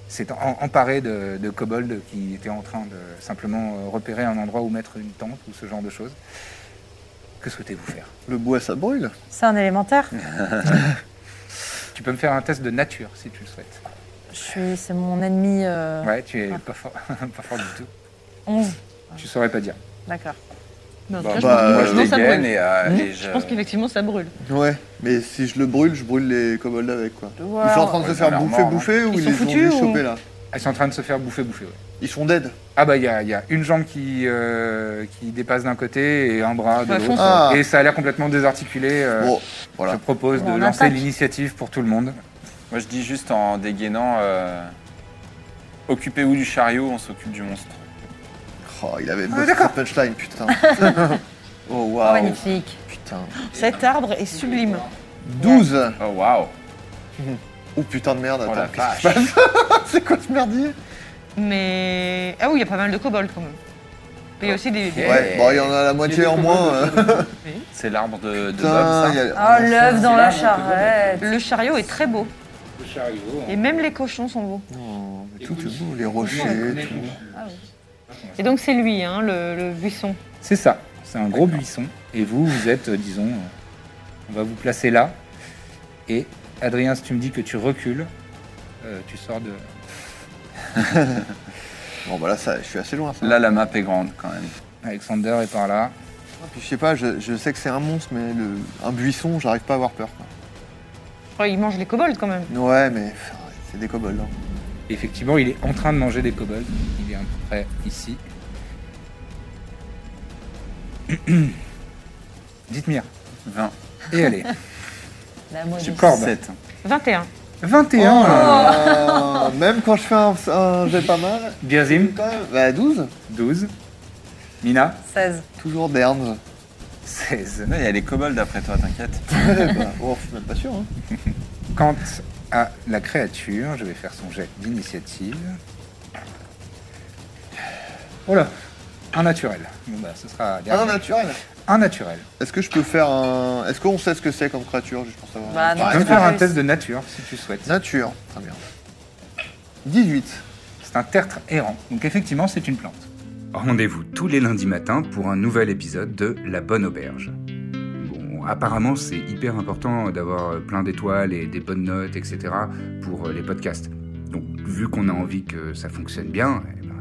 C'est en- emparé de, de kobolds qui étaient en train de simplement euh, repérer un endroit où mettre une tente ou ce genre de choses. Que souhaitez-vous faire
Le bois, ça brûle.
C'est un élémentaire
Mm.
Tu peux me faire un test de nature si tu le souhaites.
Je suis- C'est mon ennemi euh,
Ouais, tu es pas fort, pas fort du tout.
11.
Tu saurais pas dire.
D'accord.
Mais en tout
Bah,
cas,
bah,
je pense
moi,
que-
je
non, ça
dégaine
brûle. Hein
et,
Mmh.
euh, et
Je pense qu'effectivement, ça brûle.
Ouais, mais si je le brûle, je brûle les kobolds avec, quoi. Ils sont en train de
Ouais,
se faire
clairement,
bouffer,
hein.
bouffer, ou
Ils
ils,
sont
les ont
foutus,
juste
ou-
chopés, là
Elles Ah, sont en train de se faire bouffer, bouffer. ouais.
Ils sont dead.
Ah bah il y, a il y a une jambe qui, euh, qui dépasse d'un côté et un bras de
Ouais,
l'autre.
fonce.
Ah.
Et ça a l'air complètement désarticulé. euh,
Bon, voilà.
Je propose
On
de lancer
attaque.
l'initiative pour tout le monde.
Moi, je dis juste en dégainant euh, Occupez-vous du chariot, on s'occupe du monstre.
Oh, il avait
Ah,
bossé
d'accord.
cette punchline, putain.
Ah
Ah,
oh, waouh.
Magnifique.
Putain.
Cet arbre est sublime.
12
Oh waouh
Oh, putain de merde,
Oh
attends.
la
qu'est-ce
vache
que- C'est quoi ce merdier
Mais. Ah oui, il y a pas mal de kobolds quand même. Mais il y a aussi des.
Ok.
Ouais, bon, il y en a la moitié en moins. euh.
C'est l'arbre de, de Bob, ça
Putain, il y a-
Oh, l'œuf dans la
c'est là, on peut
charrette.
Le chariot est très beau.
Le chariot.
Et même les cochons sont beaux.
Non, Oh, mais tout est beau, les rochers, tout.
Et donc c'est lui, hein, le, le buisson.
C'est ça, c'est un gros buisson. Et vous, vous êtes, euh, disons, euh, on va vous placer là. Et Adrien, si tu me dis que tu recules, euh, tu sors de...
Bon, bah là, ça, je suis assez loin. Ça.
Là, la map est grande quand même.
Alexander est par là.
Puis, je sais pas, je, je sais que c'est un monstre, mais le, un buisson, j'arrive pas à avoir peur. quoi.
Ouais, il mange les kobolds quand même.
Ouais, mais pff, c'est des kobolds. hein.
Et effectivement, il est en train de manger des kobolds. Il est à peu près ici. Dites-moi.
20,
Et allez,
La maudite.
Corbe.
7.
21.
21
Euh, même quand je fais un, un jet pas mal,
Birzim,
quand même, bah 12,
12. Mina,
16.
toujours Derns.
16.
Là, il y a les kobolds d'après toi, t'inquiète.
Ouais, bah, oh, je suis même pas sûr. Hein.
Quant à la créature, je vais faire son jet d'initiative. Oh là Un naturel. Bon bah, ce sera
Ah, non,
dernier.
naturel.
Un naturel.
Est-ce que je peux faire un. Est-ce qu'on sait ce que c'est comme créature, juste pour savoir
Bah, non,
Tu
Ouais.
peux me
c'est pas
faire un
réussi.
test de nature si tu souhaites.
Nature. Très bien. 18.
C'est un tertre errant, donc effectivement c'est une plante.
Rendez-vous tous les lundis matins pour un nouvel épisode de La Bonne Auberge. Bon, apparemment, c'est hyper important d'avoir euh, plein d'étoiles et des bonnes notes, etc. pour euh, les podcasts. Donc, vu qu'on a envie que ça fonctionne bien, eh ben,